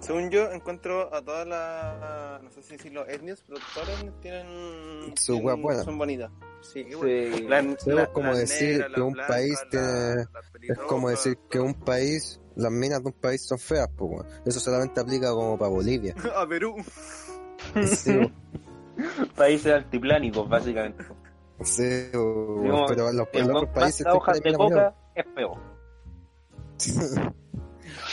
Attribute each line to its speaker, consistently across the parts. Speaker 1: Según yo, encuentro a todas las, no sé si decirlo, etnias, pero todas las etnias tienen,
Speaker 2: Su
Speaker 1: tienen-
Speaker 2: guapuana.
Speaker 1: son bonitas. Sí,
Speaker 3: Sí.
Speaker 1: La-
Speaker 2: Sí,
Speaker 1: la-
Speaker 2: es como
Speaker 1: las
Speaker 2: decir
Speaker 1: negras,
Speaker 2: que
Speaker 1: las
Speaker 2: un
Speaker 1: blancas,
Speaker 2: país
Speaker 1: las-
Speaker 2: tiene-
Speaker 1: las
Speaker 2: Es como
Speaker 1: pelirrojas,
Speaker 2: decir que un país, las minas de un país son feas, pues, weón. Eso solamente aplica como para Bolivia.
Speaker 1: A Perú.
Speaker 2: Sí,
Speaker 3: Países altiplánicos, básicamente.
Speaker 2: sí, weón.
Speaker 3: Digamos,
Speaker 2: pero los,
Speaker 3: El
Speaker 2: los
Speaker 3: weón
Speaker 2: otros países
Speaker 3: planta hojas
Speaker 2: tienen
Speaker 3: de
Speaker 2: la misma
Speaker 3: coca es feo.
Speaker 2: mierda.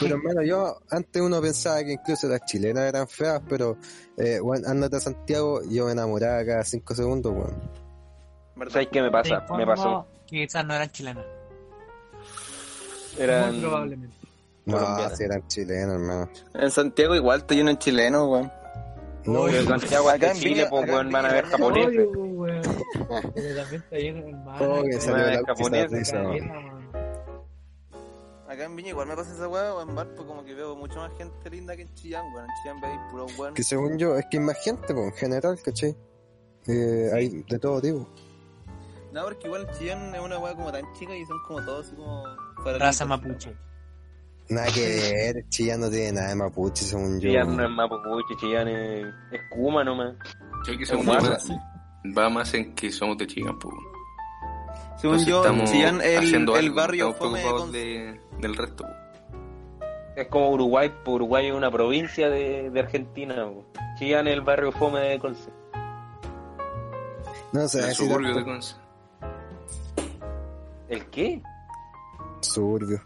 Speaker 2: Pero hermano, yo antes uno pensaba que incluso las chilenas eran feas, pero eh, weón, ándate a Santiago, yo me enamoraba cada cinco segundos, weón.
Speaker 1: ¿Verdad?
Speaker 3: ¿Sabes qué me
Speaker 4: Te
Speaker 3: pasa?
Speaker 4: informo
Speaker 3: Me pasó.
Speaker 4: que Quizás no eran chilenas. Muy
Speaker 3: Eran
Speaker 4: probablemente.
Speaker 2: No,
Speaker 3: Colombiana.
Speaker 2: si eran chilenas, hermano.
Speaker 1: En Santiago igual está lleno de chilenos, weón.
Speaker 2: No,
Speaker 3: Pero
Speaker 2: weón.
Speaker 3: Santiago es
Speaker 1: Acá
Speaker 3: de
Speaker 1: en
Speaker 3: Chile,
Speaker 1: Viña-
Speaker 3: pues,
Speaker 1: acá
Speaker 3: weón,
Speaker 1: en
Speaker 3: van a
Speaker 1: Viña
Speaker 3: ver
Speaker 1: también.
Speaker 3: japoneses.
Speaker 4: Obvio, pues, weón. Pero también está lleno de hermanas,
Speaker 2: Oh, que
Speaker 4: weón.
Speaker 2: salió
Speaker 3: Bueno,
Speaker 2: la
Speaker 3: es japonés,
Speaker 2: risa,
Speaker 4: Está
Speaker 2: weón.
Speaker 4: llena, weón.
Speaker 1: Acá en Viña igual me pasa esa weá, o en Valpo como que veo mucha más gente linda que en Chillán, weón. En Chillán veis puro weón.
Speaker 2: Que según yo, es que hay más gente, pues, en general, ¿cachai? Eh, hay de todo tipo.
Speaker 1: No, porque igual en Chillán es una weá como tan chica y son como todos así como... para
Speaker 4: Raza mapuche.
Speaker 2: Nada que ver, Chillán no tiene nada de mapuche, según yo.
Speaker 3: Chillán no es mapuche, Chillán es, es Kuma nomás.
Speaker 5: Yo creo que
Speaker 3: Es
Speaker 5: según
Speaker 3: guapo,
Speaker 5: yo va- va más en que somos de Chillán, pues.
Speaker 1: Según
Speaker 5: Entonces
Speaker 1: yo,
Speaker 5: estamos
Speaker 1: Chillán es el,
Speaker 5: haciendo
Speaker 1: el
Speaker 5: algo,
Speaker 1: barrio
Speaker 5: estamos
Speaker 1: fome
Speaker 5: preocupados
Speaker 1: con-
Speaker 5: de- del resto. po.
Speaker 3: Es como Uruguay, pues, Uruguay es una provincia de, de Argentina. pues. Chillán es el barrio fome de Conce.
Speaker 2: No sé,
Speaker 5: Del
Speaker 2: si
Speaker 5: suburbio de
Speaker 2: tampoco-
Speaker 5: Conce.
Speaker 3: ¿El qué?
Speaker 2: suburbio.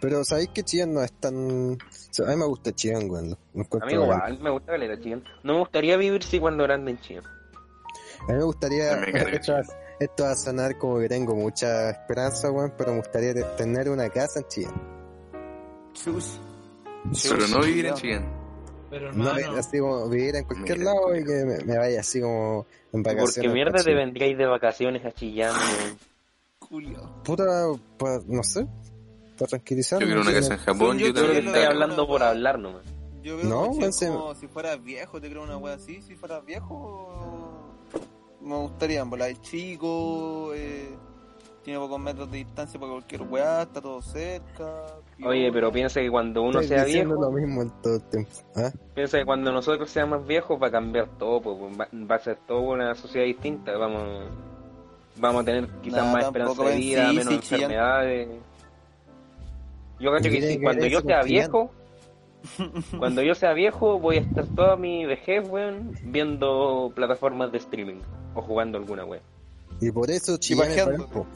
Speaker 2: Pero sabéis que Chillán no es tan. o sea, a mí me gusta Chillán, weón. lo encuentro
Speaker 3: Amigo,
Speaker 2: bacán.
Speaker 3: a mí me gusta caleta Chillán. No me gustaría vivir si cuando grande en Chillán.
Speaker 2: A mí me gustaría.
Speaker 5: También creo que
Speaker 2: Esto va, esto va a sonar como que tengo mucha esperanza, weón, pero me gustaría te- tener una casa en Chillán.
Speaker 1: Chus.
Speaker 5: Pero no vivir en
Speaker 1: Chillán.
Speaker 5: Chillán.
Speaker 4: Pero hermano,
Speaker 2: No vi- así como vivir en cualquier
Speaker 5: Mira,
Speaker 2: lado y
Speaker 5: culiao.
Speaker 2: que me, me vaya así como en vacaciones.
Speaker 3: Porque mierda
Speaker 2: pa'
Speaker 3: te
Speaker 2: Chillán.
Speaker 3: vendríais de vacaciones a Chillán. weón?
Speaker 1: Julio.
Speaker 2: Puta, pa- no sé. Para
Speaker 5: Yo
Speaker 2: tranquilizar.
Speaker 5: quiero una casa en Japón,
Speaker 1: Yo
Speaker 5: yo
Speaker 3: Yo creo que
Speaker 1: también
Speaker 5: también.
Speaker 1: lo
Speaker 3: estáis
Speaker 1: veo.
Speaker 3: hablando por hablar nomás.
Speaker 1: Yo veo
Speaker 2: No,
Speaker 1: que
Speaker 2: weón,
Speaker 1: es
Speaker 2: se-
Speaker 1: como si fueras viejo, te creo una weá así, si fueras viejo me gustaría, en volar chico, eh, tiene pocos metros de distancia para cualquier weá, está todo cerca.
Speaker 3: Oye, pero piensa que cuando uno sea
Speaker 2: diciendo lo
Speaker 3: viejo,
Speaker 2: mismo en todo el tiempo. ¿Ah?
Speaker 3: piensa que cuando nosotros seamos viejos va a cambiar todo, pues, va, va a ser todo una sociedad distinta. Vamos vamos a tener quizás
Speaker 1: Nah,
Speaker 3: más
Speaker 1: tampoco
Speaker 3: esperanza de
Speaker 1: ven,
Speaker 3: vida,
Speaker 1: sí,
Speaker 3: menos
Speaker 1: sí, Chillán.
Speaker 3: enfermedades. Yo creo que
Speaker 2: Tiene
Speaker 3: sí,
Speaker 2: que
Speaker 3: cuando
Speaker 2: ver
Speaker 3: yo
Speaker 2: eso
Speaker 3: sea
Speaker 2: con Chillán.
Speaker 3: viejo, cuando yo sea viejo voy a estar toda mi vejez, weón, viendo plataformas de streaming o jugando alguna, weón.
Speaker 2: Y por eso Chillán es
Speaker 1: bajando.
Speaker 2: barato.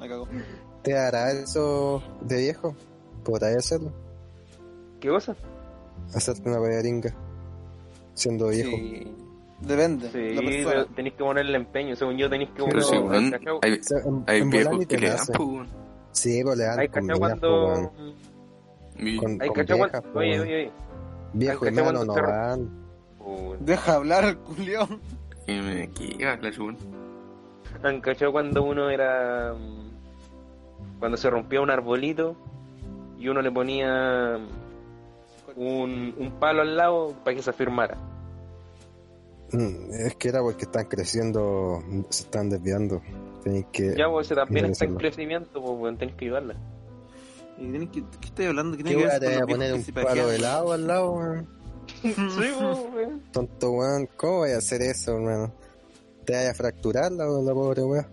Speaker 1: Me cagó.
Speaker 2: ¿Te hará eso de viejo? ¿Podrás hacerlo?
Speaker 3: ¿Qué cosa?
Speaker 2: Hacerte una baileringa siendo viejo.
Speaker 1: Sí. Depende.
Speaker 3: Sí,
Speaker 1: la persona.
Speaker 3: pero tenéis que ponerle empeño, según yo tenéis que
Speaker 2: Pero
Speaker 5: Pero
Speaker 2: sí,
Speaker 5: si,
Speaker 2: no,
Speaker 5: weón,
Speaker 3: ¿cachai?
Speaker 5: hay,
Speaker 2: O sea, en,
Speaker 5: hay
Speaker 2: en
Speaker 5: viejos
Speaker 2: Volante
Speaker 5: que
Speaker 2: te
Speaker 5: le dan,
Speaker 2: nacen.
Speaker 5: po, weón.
Speaker 2: Sí, pues le dan
Speaker 3: Hay
Speaker 2: con
Speaker 3: cachado
Speaker 2: minas, po,
Speaker 3: cuando.
Speaker 2: weón.
Speaker 5: Y-
Speaker 2: Con-
Speaker 3: Hay
Speaker 2: con
Speaker 3: cachado
Speaker 2: viejas,
Speaker 3: cuando.
Speaker 2: po,
Speaker 3: Oye,
Speaker 2: weón.
Speaker 3: oye, oye.
Speaker 2: Viejo y
Speaker 3: hay cachado
Speaker 2: malo
Speaker 3: cuando
Speaker 2: no
Speaker 3: te-
Speaker 2: van.
Speaker 3: Puta.
Speaker 1: Deja hablar, Julio.
Speaker 5: y me- ¿Qué habla, weón?
Speaker 3: ¿Han cachado cuando uno era. mm, Cuando se rompía un arbolito y uno le ponía mm, un, un palo al lado para que se afirmara?
Speaker 2: Mm, Es que era porque están creciendo, se están desviando. Tenéis que.
Speaker 3: Ya, vos, ese también
Speaker 2: tiene
Speaker 3: está en
Speaker 2: razón.
Speaker 3: crecimiento, pues, weón, tenés que ayudarla.
Speaker 1: Y tienes que- ¿Qué estoy hablando? ¿Qué
Speaker 2: ¿Qué
Speaker 1: tiene que
Speaker 2: weá
Speaker 1: ver
Speaker 2: te voy a
Speaker 1: con los
Speaker 2: poner
Speaker 1: viejos
Speaker 2: un
Speaker 1: que se
Speaker 2: palo
Speaker 1: pajean?
Speaker 2: helado al lado, weón?
Speaker 3: Sí, po, weón.
Speaker 2: Tonto weón, ¿cómo voy a hacer eso, hermano? Te vaya a fracturar la, la pobre weá.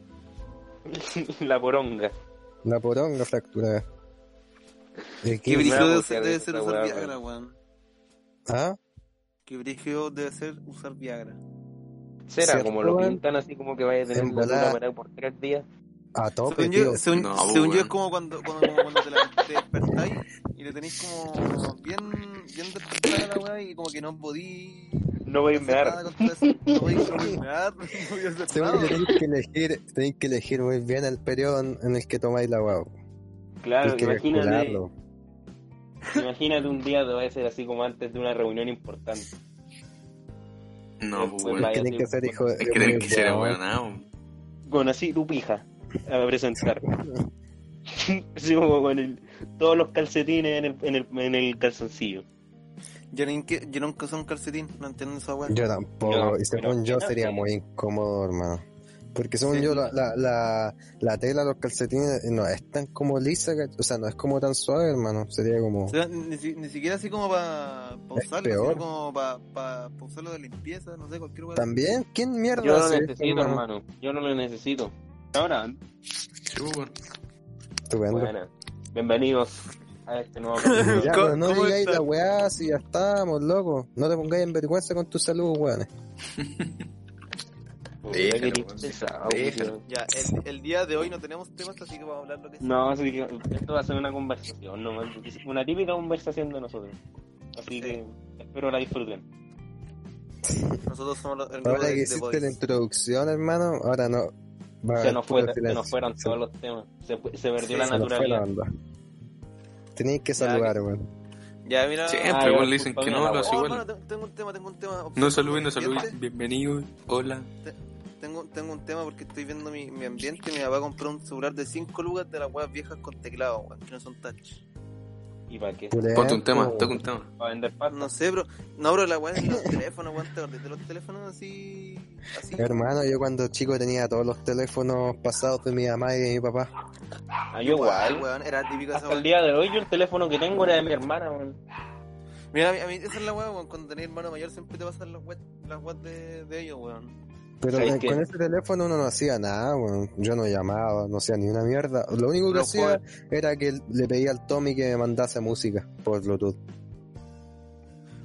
Speaker 3: La poronga.
Speaker 2: La poronga fracturada.
Speaker 1: Qué
Speaker 2: ¿De qué?
Speaker 3: brillo.
Speaker 1: brígido
Speaker 3: Me
Speaker 1: debe
Speaker 3: voy a
Speaker 1: ser,
Speaker 3: botear
Speaker 1: debe
Speaker 3: de
Speaker 1: ser
Speaker 3: esa
Speaker 1: usar
Speaker 3: weá,
Speaker 1: Viagra, weón.
Speaker 2: ¿Ah?
Speaker 1: Qué brígido debe ser usar Viagra.
Speaker 3: Será
Speaker 2: Cierto,
Speaker 3: como lo
Speaker 2: weón.
Speaker 3: pintan así como que vaya a tener
Speaker 2: En
Speaker 3: la dura
Speaker 2: volada.
Speaker 3: parada por tres días.
Speaker 2: A tope,
Speaker 1: Según
Speaker 2: tío.
Speaker 1: yo, según,
Speaker 5: No,
Speaker 1: según yo
Speaker 5: weón.
Speaker 1: es como cuando, cuando, como cuando te, la, te despertáis y le tenéis como bien, bien despertada la weá y como que no podí.
Speaker 3: No voy a
Speaker 1: hacer nada
Speaker 3: mear.
Speaker 1: contra eso. No voy no voy a mear, no voy a hacer
Speaker 2: Según
Speaker 1: nada.
Speaker 2: yo, tenéis que elegir, tenéis que elegir muy bien el periodo en, en el que tomáis la guau.
Speaker 3: Claro,
Speaker 2: Tenéis que
Speaker 3: imagínate,
Speaker 2: calcularlo.
Speaker 3: imagínate un día te va a ser así como antes de una reunión importante.
Speaker 5: No, pues,
Speaker 3: Pues,
Speaker 5: weón.
Speaker 3: vaya.
Speaker 2: Tenéis que ser hijo de.
Speaker 5: Es que tenés que ser
Speaker 2: weón.
Speaker 5: ahueonado.
Speaker 3: Bueno, así tu pija a presentar. Así como con el- todos los calcetines en el, en el, en el calzoncillo.
Speaker 1: Yo, nunca, yo nunca usé un calcetín, no entiendo esa weá.
Speaker 2: Yo tampoco,
Speaker 3: Yo-
Speaker 2: y según yo
Speaker 3: pero-
Speaker 2: sería muy incómodo, hermano. Porque según
Speaker 1: Sí.
Speaker 2: yo, la, la, la, la tela de los calcetines eh, no es tan como lisa, cach- o sea, no es como tan suave, hermano. Sería como.
Speaker 1: O sea, ni, si- ni siquiera así como para
Speaker 2: Es
Speaker 1: pausarlo,
Speaker 2: peor.
Speaker 1: sino como para pa, pa usarlo de limpieza, no sé, cualquier weá.
Speaker 2: ¿También? ¿Quién mierda
Speaker 3: Yo no lo
Speaker 2: hace esto,
Speaker 3: necesito, hermano. Yo no lo necesito. Ahora,
Speaker 5: Sí, pues, weón.
Speaker 2: Estupendo.
Speaker 3: bueno, bienvenidos a este nuevo capítulo.
Speaker 2: Ya,
Speaker 1: ¿Cómo-
Speaker 2: pero no
Speaker 1: cómo
Speaker 2: digáis
Speaker 1: está?
Speaker 2: la weá si ya estamos, loco. No te pongáis en vergüenza con tu salud, weón.
Speaker 3: Puta,
Speaker 5: Déjalo,
Speaker 3: qué triste
Speaker 5: weón.
Speaker 3: pesado,
Speaker 5: Déjalo.
Speaker 3: tío.
Speaker 1: Ya, el, el día de hoy no tenemos temas, así que vamos a hablar lo que sea.
Speaker 3: No, así que esto va a ser una conversación, no, una típica conversación de nosotros. Así que espero la disfruten.
Speaker 1: Nosotros somos los, el grupo
Speaker 2: Ahora
Speaker 1: de,
Speaker 2: que
Speaker 1: de
Speaker 2: hiciste
Speaker 1: boys.
Speaker 2: la introducción, hermano, ahora no. Va a
Speaker 3: Se
Speaker 2: haber
Speaker 3: nos,
Speaker 2: puro
Speaker 3: fue, se nos
Speaker 2: silencio.
Speaker 3: fueron
Speaker 2: Se-
Speaker 3: todos los temas. Se, fue- se perdió
Speaker 1: Sí,
Speaker 3: la
Speaker 2: se nos fue la
Speaker 3: naturalidad.
Speaker 2: onda. Tenéis que
Speaker 1: Ya,
Speaker 2: saludar, weón.
Speaker 1: Ya, mira.
Speaker 5: Siempre,
Speaker 3: ya,
Speaker 5: weón, le dicen
Speaker 3: disculpa,
Speaker 5: que
Speaker 3: mira,
Speaker 5: no, lo hace
Speaker 1: Oh,
Speaker 5: igual.
Speaker 1: hermano, te- tengo un tema, tengo un tema.
Speaker 5: Ah, No saluden, no saluden.
Speaker 1: Ambiente.
Speaker 5: Bienvenidos. Hola.
Speaker 1: Tengo, tengo un tema porque estoy viendo mi, mi ambiente. Mi papá compró un celular de 5 lucas de las weas viejas con teclado, weón, que no son touch.
Speaker 3: ¿Y para qué?
Speaker 5: Ponte un tema,
Speaker 2: Pulento.
Speaker 5: toca un tema.
Speaker 3: ¿Para vender pasta?
Speaker 1: No sé, bro. No, bro, la wea es los teléfonos, weón, te acordás de los teléfonos así. así.
Speaker 2: Hermano, yo cuando chico tenía todos los teléfonos pasados de mi mamá y de mi papá.
Speaker 3: Ah, yo igual.
Speaker 1: weón, era típica esa
Speaker 3: Hasta el
Speaker 1: wea.
Speaker 3: día de hoy yo el teléfono que tengo era de mi hermana, weón.
Speaker 1: Mira, a mí, a mí esa es la wea, weón. Cuando tenés hermano mayor siempre te pasan las weas, las weas de, de ellos, weón.
Speaker 2: Pero
Speaker 3: ¿Sabes
Speaker 2: eh,
Speaker 3: qué?
Speaker 2: con ese teléfono uno no hacía nada, weón. Yo no llamaba, no hacía ni una mierda. Lo único que
Speaker 1: Pero
Speaker 2: hacía era que le pedía al Tommy que me mandase música por Bluetooth.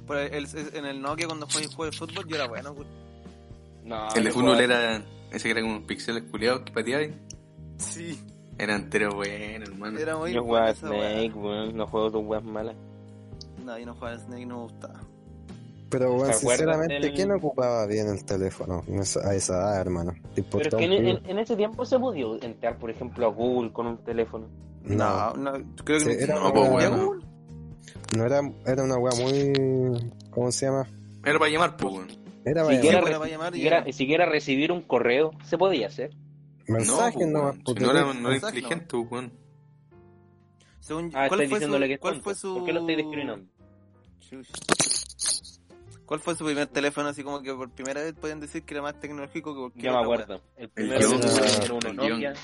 Speaker 1: Pero el- el- en el Nokia cuando jugué, jugué al fútbol yo era bueno, weón.
Speaker 3: No,
Speaker 5: El de
Speaker 3: yo
Speaker 5: fútbol
Speaker 3: jugaba-
Speaker 5: era ese que era como unos pixeles culiados que pateaba. ahí.
Speaker 1: Sí,
Speaker 5: Era entero bueno, hermano.
Speaker 1: era muy
Speaker 3: Yo
Speaker 1: buena
Speaker 3: jugaba
Speaker 1: esa wea.
Speaker 3: Snake, weón. No juego dos weas malas.
Speaker 1: No, yo no jugaba al Snake, no me gustaba.
Speaker 2: Pero, weón,
Speaker 3: acuerdas
Speaker 2: sinceramente,
Speaker 3: del-
Speaker 2: ¿quién ocupaba bien el teléfono en esa- a esa edad, hermano? ¿Te
Speaker 3: Pero es
Speaker 2: importaba
Speaker 3: que
Speaker 2: un
Speaker 3: en,
Speaker 2: pico?
Speaker 3: en- en ese tiempo se podía entrar, por ejemplo, a Google con un teléfono.
Speaker 2: No,
Speaker 1: No, no, creo que
Speaker 2: Sí,
Speaker 1: ni-
Speaker 2: era
Speaker 1: no,
Speaker 5: como
Speaker 1: ya,
Speaker 5: bueno.
Speaker 1: weón.
Speaker 2: no era, era una weá muy... ¿Cómo se llama?
Speaker 5: Era para llamar, pues, weón.
Speaker 2: Era
Speaker 3: Si
Speaker 2: para
Speaker 3: quiera-
Speaker 1: bueno, para llamar,
Speaker 3: Siquiera,
Speaker 1: ya.
Speaker 3: siquiera recibir un correo, se podía hacer.
Speaker 5: No,
Speaker 2: mensajes
Speaker 5: pues,
Speaker 2: nomás,
Speaker 5: weón. Si
Speaker 2: porque
Speaker 5: no era, no era
Speaker 1: mensaje,
Speaker 5: inteligente, pues, weón.
Speaker 1: Según
Speaker 3: Ah,
Speaker 1: ¿cuál
Speaker 3: estáis
Speaker 1: fue
Speaker 3: diciéndole
Speaker 1: su,
Speaker 3: que es
Speaker 1: ¿cuál
Speaker 3: tonto.
Speaker 1: fue su...
Speaker 3: ¿Por qué lo estáis discriminando?
Speaker 1: Chuch. ¿Cuál fue su primer teléfono? Así como que por primera vez podían decir que era más tecnológico que cualquier
Speaker 3: Yo me
Speaker 1: otra
Speaker 3: acuerdo. El primero
Speaker 2: guión,
Speaker 3: que tuve era
Speaker 5: el
Speaker 3: uno
Speaker 5: guión.
Speaker 3: Nokia.
Speaker 1: wea.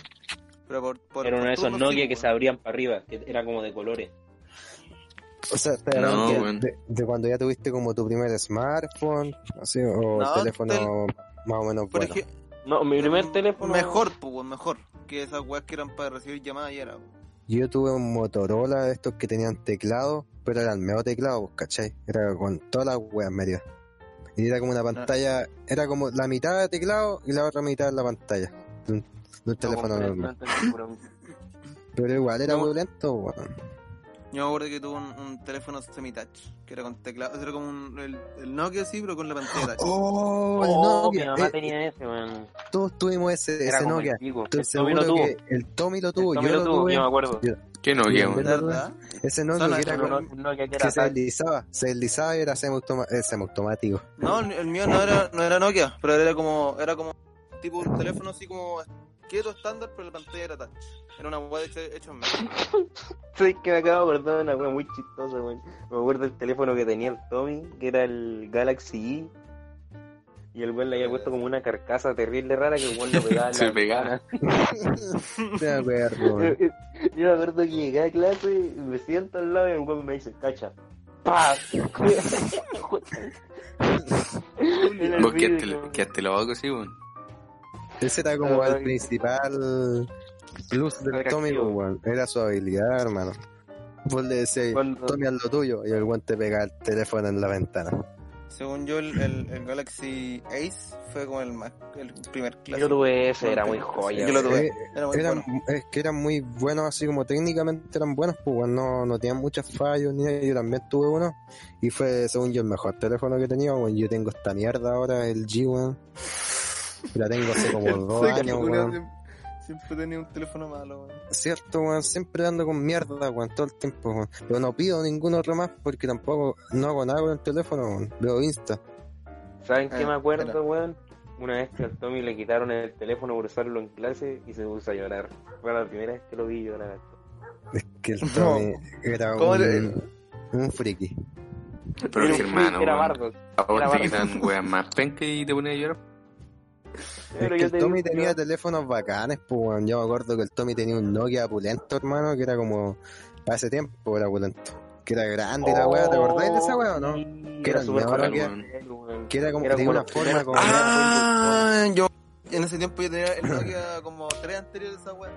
Speaker 1: Pero por, por,
Speaker 3: Era uno
Speaker 1: por
Speaker 3: de esos
Speaker 1: turnos,
Speaker 3: Nokia
Speaker 1: sí,
Speaker 3: que
Speaker 1: weón.
Speaker 3: se abrían para arriba, que era como de colores.
Speaker 2: O sea, te
Speaker 5: No,
Speaker 2: hablan de-
Speaker 5: weón.
Speaker 2: de, de cuando ya tuviste como tu primer smartphone, así, o
Speaker 1: No,
Speaker 2: teléfono
Speaker 1: tel-
Speaker 2: más o menos
Speaker 1: Por
Speaker 2: bueno.
Speaker 1: ejemplo,
Speaker 3: No, mi primer teléfono.
Speaker 1: Mejor, pues, weón, mejor. Que esas weas que eran para recibir llamadas y era. weón.
Speaker 2: Yo tuve un Motorola de estos que tenían teclado, pero era el medio teclado, pues, ¿cachai? Era con todas las weas medias. Y era como una pantalla, era como la mitad de teclado y la otra mitad de la pantalla. De un, de un
Speaker 3: No pues,
Speaker 2: teléfono
Speaker 3: compré,
Speaker 2: normal.
Speaker 3: no entendí, pero-
Speaker 2: Pero igual era
Speaker 1: No.
Speaker 2: muy lento, weón.
Speaker 1: Yo me acuerdo que tuve un, un teléfono semi-touch. Que era con teclado. Era como un, el, el Nokia, sí, pero con la pantalla touch.
Speaker 2: Oh, el
Speaker 3: Oh, mi
Speaker 2: Nokia.
Speaker 3: mamá
Speaker 2: Eh,
Speaker 3: tenía ese, weón.
Speaker 2: todos tuvimos ese,
Speaker 3: Era
Speaker 2: ese
Speaker 3: como el
Speaker 2: Nokia.
Speaker 3: pico.
Speaker 2: Estoy
Speaker 3: El Tommy lo
Speaker 2: seguro
Speaker 3: tuvo.
Speaker 2: que el Tommy lo tuvo,
Speaker 3: El Tommy
Speaker 2: yo
Speaker 3: lo
Speaker 2: lo
Speaker 3: tuvo,
Speaker 2: tuve.
Speaker 3: yo me acuerdo.
Speaker 5: ¿Qué no,
Speaker 2: Bien,
Speaker 5: weón?
Speaker 2: ¿verdad?
Speaker 1: ¿Verdad?
Speaker 2: Ese Nokia
Speaker 1: Solo
Speaker 2: que
Speaker 1: el
Speaker 2: era
Speaker 3: Era
Speaker 1: Tommy.
Speaker 2: como-
Speaker 3: uno- un Nokia que
Speaker 2: que
Speaker 3: era
Speaker 2: se
Speaker 3: touch.
Speaker 2: deslizaba, se deslizaba y era semiautoma- eh, semiautomático.
Speaker 1: No, el, el mío no era, no era Nokia, pero era como, era como tipo un teléfono así como quieto estándar, pero la pantalla era touch. Era una web hecha, hecha en México.
Speaker 3: Sí, que me acabo de acordar de una wea muy chistosa, weón. Me acuerdo del teléfono que tenía el Tommy, que era el Galaxy E. Y el weón le había puesto como una carcasa terrible rara que el weón lo pegaba. en la
Speaker 5: Se pegaba.
Speaker 2: De acuerdo.
Speaker 3: ventana. Yo me acuerdo que llegué a clase, me siento al lado y el weón me dice, cacha. ¡Pah! Era el vídeo,
Speaker 5: Vos quedaste,
Speaker 3: weón.
Speaker 5: quedaste loco, sí, weón.
Speaker 2: Ese era como
Speaker 3: Ay.
Speaker 2: el principal plus del
Speaker 3: Atractivo.
Speaker 2: Tommy, pues, weón. Era su habilidad, hermano. Vos le decías,
Speaker 3: Cuando-
Speaker 2: Tommy, haz lo tuyo, y el guante pegaba el teléfono en la ventana.
Speaker 1: Según yo, el, el- el Galaxy Ace fue como el, más, el primer clásico.
Speaker 3: Yo tuve ese, era muy joya.
Speaker 1: Yo lo tuve.
Speaker 2: Eh,
Speaker 1: Era muy
Speaker 2: eran,
Speaker 1: bueno.
Speaker 2: es que eran muy buenos, así como técnicamente eran buenos, pues weón, no, no tenían muchos fallos, ni nada. yo también tuve uno, y fue según yo el mejor teléfono que tenía, weón. yo tengo esta mierda ahora, el G, weón. La tengo hace como dos
Speaker 1: Soy
Speaker 2: años,
Speaker 1: culiao,
Speaker 2: weón.
Speaker 1: siempre- Siempre tenía un teléfono malo, weón.
Speaker 2: Cierto, weón, siempre ando con mierda, weón, todo el tiempo, weón. Yo no pido ningún otro más porque tampoco, no hago nada con el teléfono, weón. Veo Insta.
Speaker 3: ¿Saben
Speaker 1: Ah,
Speaker 3: qué me
Speaker 1: espera.
Speaker 3: acuerdo, weón? Una vez que al Tommy le quitaron el teléfono por usarlo en clase y se puso a llorar. Fue la primera vez que lo vi llorar.
Speaker 2: Es que el
Speaker 1: No.
Speaker 2: Tommy era
Speaker 1: ¿Cómo
Speaker 2: un,
Speaker 1: le-
Speaker 2: un friki.
Speaker 5: Pero
Speaker 3: Era
Speaker 5: es
Speaker 3: un
Speaker 5: hermano,
Speaker 3: freak, Era
Speaker 5: weón.
Speaker 3: bardo.
Speaker 5: Ahora
Speaker 3: Era
Speaker 5: te quitan weas más penca y te pones a llorar.
Speaker 2: Es
Speaker 3: Pero
Speaker 2: que
Speaker 3: yo
Speaker 2: el
Speaker 3: te
Speaker 2: Tommy
Speaker 3: digo,
Speaker 2: tenía teléfonos bacanes, pues, weón. Yo me acuerdo que el Tommy tenía un Nokia pulento, hermano, que era como. Para ese tiempo era pulento. Que era grande la weá, ¿te acordáis de esa weá o no?
Speaker 3: Oh, Sí,
Speaker 2: Que era el
Speaker 3: súper
Speaker 2: mejor
Speaker 3: bacán,
Speaker 2: que-
Speaker 3: weón.
Speaker 2: Que era como.
Speaker 3: Era
Speaker 2: tenía
Speaker 3: como
Speaker 2: una
Speaker 3: la
Speaker 2: forma como.
Speaker 1: Ah, yo. En ese tiempo yo tenía el Nokia como tres anteriores de esa weá.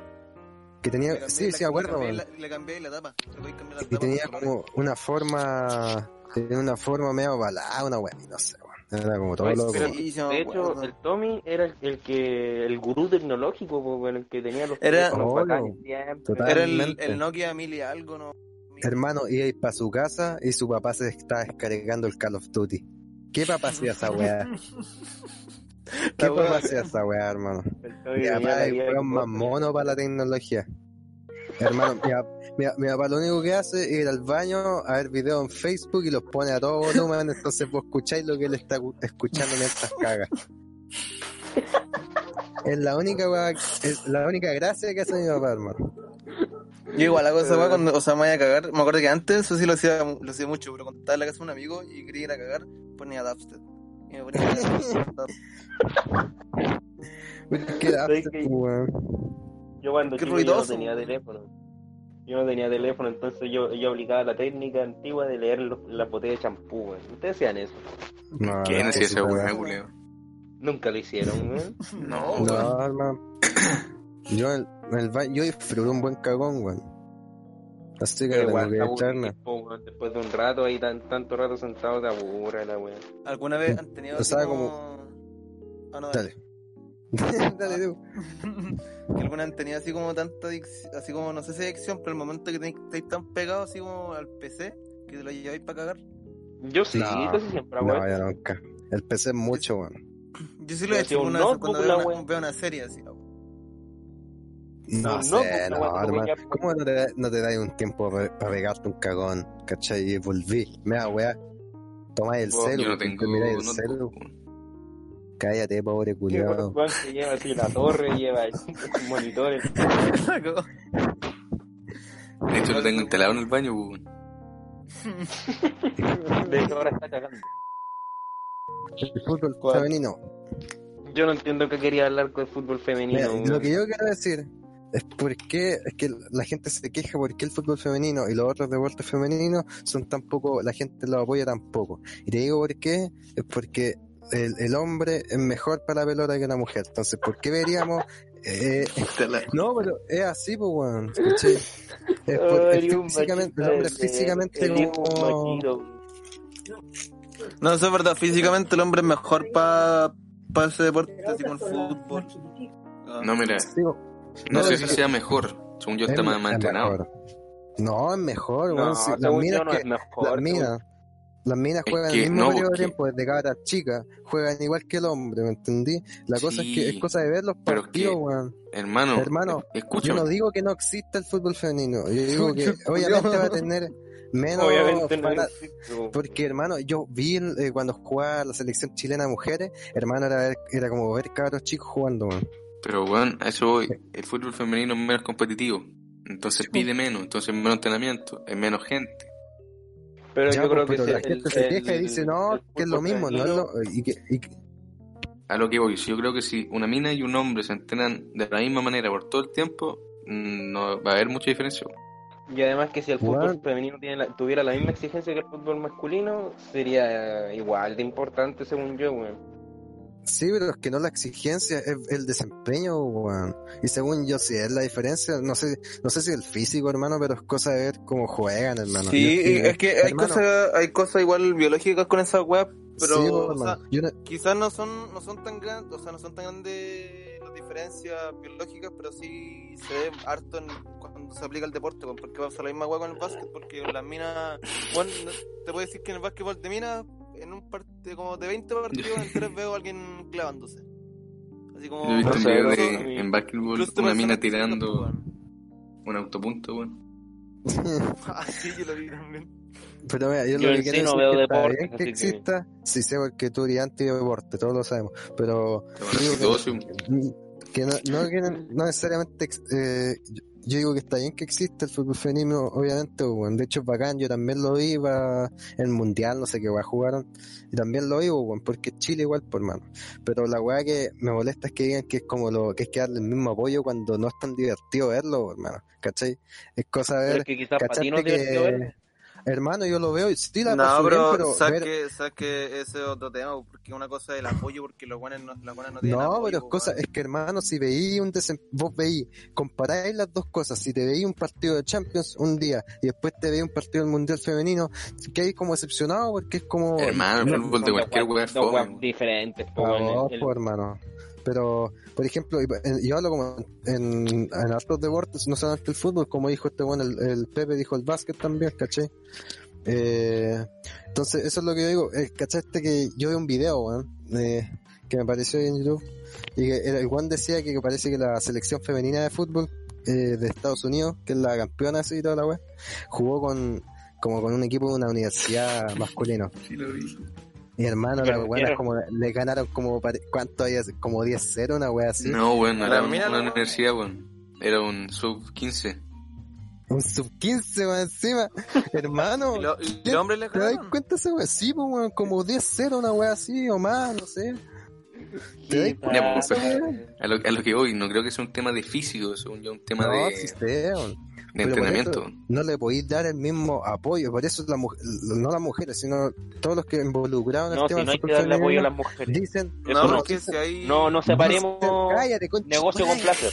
Speaker 2: que
Speaker 1: Le
Speaker 2: tenía.
Speaker 1: cambié
Speaker 2: Sí,
Speaker 1: la-
Speaker 2: sí, me acuerdo,
Speaker 1: le cambié
Speaker 2: weón.
Speaker 1: la- Le cambié la tapa. Le voy a cambiar la
Speaker 2: Y
Speaker 1: tapa
Speaker 2: tenía
Speaker 1: por
Speaker 2: como una forma. Tenía una forma medio ovalada, una weá, no sé, weón. Era como todo
Speaker 3: Ay,
Speaker 1: colores.
Speaker 2: loco.
Speaker 3: pero-
Speaker 2: weón.
Speaker 1: Sí, sí, me
Speaker 3: De hecho,
Speaker 1: acuerdo.
Speaker 3: el Tommy era el, el que el gurú tecnológico, po, weón, el que tenía los
Speaker 1: Era-
Speaker 3: teléfonos
Speaker 2: Obvio,
Speaker 3: bacanes siempre.
Speaker 2: Oh, total.
Speaker 1: Era el,
Speaker 2: Realmente.
Speaker 1: el Nokia mil y algo, ¿no?
Speaker 2: Hermano, iba para su casa y su papá se estaba descargando el Call of Duty. ¿Qué papá hacía esa weá? ¿Qué
Speaker 1: La weá.
Speaker 2: papá hacía esa weá, hermano?
Speaker 3: El
Speaker 2: Mi
Speaker 3: Tommy tenía
Speaker 2: papá
Speaker 3: la
Speaker 2: es
Speaker 3: vida
Speaker 2: weón
Speaker 3: que-
Speaker 2: más mono para la tecnología. Hermano, mi, pap- mi- mi papá lo único que hace es ir al baño a ver videos en Facebook y los pone a todo volumen, entonces vos escucháis lo que él está cu- escuchando mientras caga. Es la única weá- es la única gracia que hace mi papá, hermano.
Speaker 1: Yo igual hago esa weá cuando, o sea, me vaya a cagar. Me acuerdo que antes, eso sí lo hacía, lo hacía mucho, pero cuando estaba en la casa de un amigo y quería ir a cagar, ponía Dubstep. Y me ponía
Speaker 2: Qué
Speaker 3: Soy
Speaker 2: apto,
Speaker 3: que-
Speaker 2: weón.
Speaker 3: Yo cuando
Speaker 1: Qué
Speaker 3: chico yo no
Speaker 1: ruidoso.
Speaker 3: tenía teléfono. Yo no tenía teléfono, entonces yo, yo aplicaba la técnica antigua de leer los- las botellas de champú, weón. Ustedes hacían eso.
Speaker 2: No,
Speaker 5: ¿Quién
Speaker 2: no,
Speaker 5: hacía esa
Speaker 2: puta
Speaker 5: weá,
Speaker 2: weá.
Speaker 5: culeo?
Speaker 3: Nunca lo hicieron, weón.
Speaker 5: No, weón.
Speaker 2: No, hermano. Yo, en en el ba- yo disfruto un buen cagón, weón. Así que
Speaker 3: Pero
Speaker 2: tengo que
Speaker 3: igual te aburrís,
Speaker 2: echarme.
Speaker 3: po, weón. Después de un rato ahí, tan, tanto rato sentado, te aburre la weón.
Speaker 1: ¿Alguna vez han tenido
Speaker 2: O
Speaker 1: así
Speaker 2: sea,
Speaker 1: Ah, no,
Speaker 2: Dale. Ah, Dale, tú.
Speaker 1: que alguna han tenido así como tanta adicción, así como, no sé si adicción, pero el momento que tenéis- estáis tan pegados así como al PC, que te lo lleváis para cagar.
Speaker 3: Yo sí,
Speaker 2: No,
Speaker 3: casi siempre, weón.
Speaker 2: No, yo nunca. El PC es mucho, weón.
Speaker 1: Yo sí lo he
Speaker 3: Pero si
Speaker 1: hecho
Speaker 3: un
Speaker 1: alguna vez
Speaker 3: notebook,
Speaker 1: cuando
Speaker 3: la
Speaker 1: veo una,
Speaker 3: wea.
Speaker 1: veo una serie así. la wea.
Speaker 2: No, pues,
Speaker 3: Un
Speaker 2: sé,
Speaker 3: notebook, la
Speaker 2: no,
Speaker 3: weón, como
Speaker 2: hermano.
Speaker 3: ya-
Speaker 2: ¿Cómo no te, no te dais un tiempo para pegarte un cagón? ¿Cachai? Y volví. Mira, weá. Tomás el
Speaker 3: Weón,
Speaker 2: celu.
Speaker 5: Yo no
Speaker 2: te
Speaker 5: tengo
Speaker 2: miráis el
Speaker 5: notebook,
Speaker 2: celu.
Speaker 5: weón.
Speaker 2: Cállate, pobre
Speaker 3: Qué
Speaker 2: culiado.
Speaker 3: weón que lleva así la torre, lleva el- monitores.
Speaker 5: De hecho, lo tengo instalado en el baño, weón.
Speaker 3: De hecho, ahora está cagando.
Speaker 2: El fútbol
Speaker 3: ¿Cuál?
Speaker 2: femenino.
Speaker 3: Yo no entiendo que quería hablar con el fútbol femenino.
Speaker 2: Mira,
Speaker 3: weón.
Speaker 2: lo que yo quiero decir es por qué es que la gente se queja porque el fútbol femenino y los otros deportes femeninos son tan poco, la gente los apoya tan poco. Y te digo por qué, es porque el, el hombre es mejor para la pelota que la mujer. Entonces, ¿por qué veríamos? eh, no, pero es así, pues, weón. ¿cachai? Es por-
Speaker 3: Ay,
Speaker 2: es
Speaker 3: un
Speaker 2: físicamente, el
Speaker 3: machista
Speaker 2: hombre
Speaker 3: de-
Speaker 2: físicamente
Speaker 3: el hijo
Speaker 2: como...
Speaker 3: machito.
Speaker 1: No, eso es verdad. Físicamente el hombre es mejor para pa ese deporte, así como el fútbol. Ah.
Speaker 5: No, mira,
Speaker 2: Sí, po,
Speaker 5: no
Speaker 2: No,
Speaker 5: sé
Speaker 2: pero-
Speaker 5: si sea mejor. Según yo,
Speaker 2: es
Speaker 5: está más
Speaker 2: me-
Speaker 5: más
Speaker 2: es
Speaker 5: entrenado.
Speaker 2: mejor. No, es mejor,
Speaker 3: No,
Speaker 2: weón. si las
Speaker 3: según
Speaker 2: minas
Speaker 3: yo no
Speaker 2: que-
Speaker 3: es mejor.
Speaker 2: Las
Speaker 3: según-
Speaker 2: minas, las minas
Speaker 5: Es
Speaker 2: juegan
Speaker 5: que
Speaker 2: el mismo
Speaker 5: no,
Speaker 2: periodo de
Speaker 5: porque-
Speaker 2: tiempo desde cada chica, juegan igual que el hombre, ¿me entendí? La cosa es que
Speaker 5: Sí,
Speaker 2: es cosa de ver los
Speaker 5: pero es
Speaker 2: partidos,
Speaker 5: que-
Speaker 2: weón.
Speaker 5: Hermano,
Speaker 2: Hermano, Yo no
Speaker 5: escúchame.
Speaker 2: digo que no exista el fútbol femenino, yo digo que
Speaker 1: Yo-
Speaker 2: obviamente
Speaker 1: yo-
Speaker 2: va a tener menos
Speaker 3: Obviamente no
Speaker 2: fana-
Speaker 3: existe, weón.
Speaker 2: porque hermano, yo vi el- eh, cuando jugaba la selección chilena de mujeres, hermano era, ver- era como ver cabros chicos jugando, weón.
Speaker 5: Pero, weón, a eso voy. El fútbol femenino es menos competitivo. Entonces pide menos, entonces menos entrenamiento, es menos gente.
Speaker 3: Pero
Speaker 2: Ya,
Speaker 3: yo creo
Speaker 2: pues, pero
Speaker 3: que sí,
Speaker 2: la
Speaker 3: el-
Speaker 2: gente se
Speaker 3: el-
Speaker 2: queja y dice,
Speaker 3: el
Speaker 2: no, que es lo
Speaker 3: fútbol
Speaker 2: mismo, no es
Speaker 3: femenino-
Speaker 2: lo... Y que, y que-
Speaker 5: A lo que voy, si yo creo que si una mina y un hombre se entrenan de la misma manera por todo el tiempo, mm, no va a haber mucha diferencia.
Speaker 3: Y además que si el fútbol
Speaker 2: Igual.
Speaker 3: femenino tiene la- tuviera la misma exigencia que el fútbol masculino, sería igual de importante según yo, weón.
Speaker 2: Sí, pero es que no la exigencia, es el desempeño, weón. Y según yo, si es la diferencia, no sé, no sé si el físico, hermano, pero es cosa de ver cómo juegan, hermano.
Speaker 1: Sí,
Speaker 2: Yo-
Speaker 1: es que hay
Speaker 2: hermano,
Speaker 1: cosas, hay cosas igual biológicas con esa web Pero,
Speaker 2: sí, pues, po,
Speaker 1: o sea,
Speaker 2: hermano. Yo no-
Speaker 1: Quizás no son, no son tan grandes, o sea, no son tan grandes las diferencias biológicas, pero sí se ve harto en- cuando se aplica el deporte, weón, porque pasa la misma hueá con el básquet, porque las minas, bueno, te puedo decir que en el básquetbol de minas, en un parte como de 20 partidos, en tres veo a alguien clavándose. Así como
Speaker 5: Yo he visto un
Speaker 3: No sé,
Speaker 5: video
Speaker 3: eso-
Speaker 5: de en básquetbol
Speaker 1: incluso
Speaker 5: una mina
Speaker 1: personas que son
Speaker 5: tirando
Speaker 1: tan-
Speaker 5: un autopunto, weón.
Speaker 1: Ah, sí, yo lo vi también.
Speaker 2: Pero mira, yo,
Speaker 3: Yo
Speaker 2: lo que
Speaker 3: en sí
Speaker 2: quiero decir
Speaker 3: no
Speaker 2: es
Speaker 3: veo
Speaker 2: que está
Speaker 3: deportes,
Speaker 2: bien que
Speaker 3: así que-
Speaker 2: exista, sí sé que tú eres anti-deporte, todos lo sabemos, pero
Speaker 5: Te van a hacer
Speaker 2: que-
Speaker 5: doce, weón.
Speaker 2: que no, no, que no- no necesariamente ex- eh, yo- yo digo que está bien que existe el fútbol femenino obviamente pues, weón. de hecho es bacán yo también lo vi para el mundial no sé qué weá jugaron y también lo vi pues, weón, porque Chile igual por mano pero la weá que me molesta es que digan que es como lo que es que darle el mismo apoyo cuando no es tan divertido verlo weón, hermano ¿cachai? es cosa
Speaker 3: Pero
Speaker 2: ver
Speaker 3: es que quizás para ti no es
Speaker 2: ¿Cachaste
Speaker 3: divertido
Speaker 2: que-
Speaker 3: verlo.
Speaker 2: hermano yo lo veo y sí la paso
Speaker 1: No, pues, pero,
Speaker 2: bien pero
Speaker 1: sabes
Speaker 2: ver-
Speaker 1: que, sabes que ese es otro tema, porque una cosa es el apoyo, porque los guanes no, las guanas no tienen
Speaker 2: No,
Speaker 1: apoyo, pues,
Speaker 2: pero es cosa,
Speaker 1: weón.
Speaker 2: es que hermano, si veí un desem- vos veí, comparáis las dos cosas, si te veí un partido de Champions un día y después te veí un partido del Mundial Femenino, que hay como decepcionado porque es como
Speaker 5: Hermano, el fútbol
Speaker 3: Son
Speaker 5: de
Speaker 3: dos
Speaker 5: cualquier
Speaker 3: guas-
Speaker 5: weá es
Speaker 3: dos
Speaker 5: fome,
Speaker 3: guas
Speaker 5: weón.
Speaker 3: diferentes, po,
Speaker 2: Ah,
Speaker 3: weón.
Speaker 2: no,
Speaker 3: El-
Speaker 2: po, hermano. Pero, por ejemplo, y- en- yo hablo como en, en hartos deportes, no solamente el fútbol, como dijo este bueno, el, el Pepe dijo el básquet también, ¿cachai? Eh, entonces, eso es lo que yo digo. Eh, ¿Cachaste que yo vi un video, weón, eh, que me apareció en YouTube? Y que el, el weón decía que parece que la selección femenina de fútbol eh, de Estados Unidos, que es la campeona así y toda la weá, jugó con como con un equipo de una universidad masculino.
Speaker 5: Sí, lo vi.
Speaker 2: Mi hermano,
Speaker 3: Pero
Speaker 2: la
Speaker 3: quiero-
Speaker 2: buena, como le ganaron como, pare- ¿cuánto había? Como 10-0, una wea así.
Speaker 5: No, weón, no
Speaker 1: La
Speaker 5: era un-
Speaker 1: mina
Speaker 5: una
Speaker 1: no-
Speaker 5: universidad, weón. Era un sub 15.
Speaker 2: Un sub-15 más encima. hermano,
Speaker 1: ¿Y, lo- y los hombres les
Speaker 2: ¿te das
Speaker 1: ganaron?
Speaker 2: cuenta ese wea? Sí, pues, weón, como 10-0, una wea así o más, no sé. ¿Te das
Speaker 5: Ya, pues,
Speaker 2: cuenta,
Speaker 5: pero-
Speaker 2: weón?
Speaker 5: A lo, a lo que voy, no creo que sea un tema de físico, según yo, un tema
Speaker 2: No,
Speaker 5: de,
Speaker 2: sí sé, weón.
Speaker 5: de
Speaker 2: Pero por
Speaker 5: entrenamiento.
Speaker 2: eso no le podéis dar el mismo apoyo, por eso la mu- no las mujeres, sino todos los que involucraron en
Speaker 3: No,
Speaker 2: el
Speaker 3: si
Speaker 2: tema
Speaker 3: no
Speaker 2: del
Speaker 3: hay que darle
Speaker 2: fútbol
Speaker 3: apoyo a
Speaker 2: femenino,
Speaker 3: las mujeres.
Speaker 2: dicen,
Speaker 3: Eso
Speaker 1: No,
Speaker 3: no.
Speaker 1: porque
Speaker 2: dicen-
Speaker 1: si ahí...
Speaker 3: No, no separemos
Speaker 2: Cállate, concha
Speaker 3: negocio con
Speaker 2: madre.
Speaker 3: placer.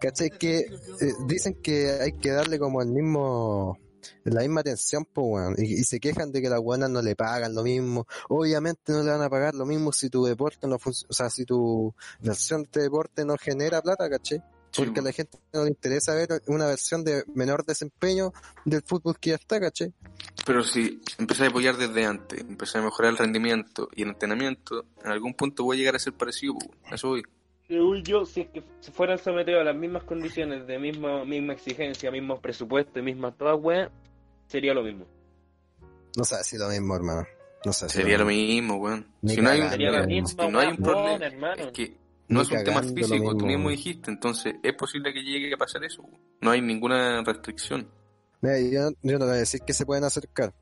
Speaker 2: ¿Cachai? Que eh, dicen que hay que darle como el mismo, la misma atención, pues, weón. Y, y se quejan de que las buenas no le pagan lo mismo. Obviamente no le van a pagar lo mismo si tu deporte no funciona, o sea, si tu versión de deporte no genera plata, ¿cachai?
Speaker 5: Sí,
Speaker 2: Porque a
Speaker 5: po.
Speaker 2: la gente no le interesa ver una versión de menor desempeño del fútbol que ya está, ¿cachai?
Speaker 5: Pero si empecé a apoyar desde antes, empecé a mejorar el rendimiento y el entrenamiento, en algún punto voy a llegar a ser parecido, po, a eso voy.
Speaker 3: Según yo, si es que se fueran sometidos a las mismas condiciones, de misma, misma exigencia, mismos presupuestos, mismas todas weas, sería lo mismo.
Speaker 2: No sé si lo mismo, hermano. No sé si
Speaker 5: Sería lo mismo, weón.
Speaker 2: Ni
Speaker 5: Si no hay un,
Speaker 3: Sería
Speaker 2: cagando,
Speaker 3: la
Speaker 2: Ni
Speaker 3: misma
Speaker 5: si no hay
Speaker 3: wea,
Speaker 5: un problema,
Speaker 3: hermano.
Speaker 5: es que
Speaker 2: Ni
Speaker 5: no es un tema
Speaker 2: cagando lo
Speaker 5: físico, tú
Speaker 2: mismo,
Speaker 5: mismo
Speaker 2: weón.
Speaker 5: dijiste, entonces es posible que llegue a pasar eso, po. no hay ninguna restricción.
Speaker 2: Mira, yo, yo no le voy a decir que se pueden acercar.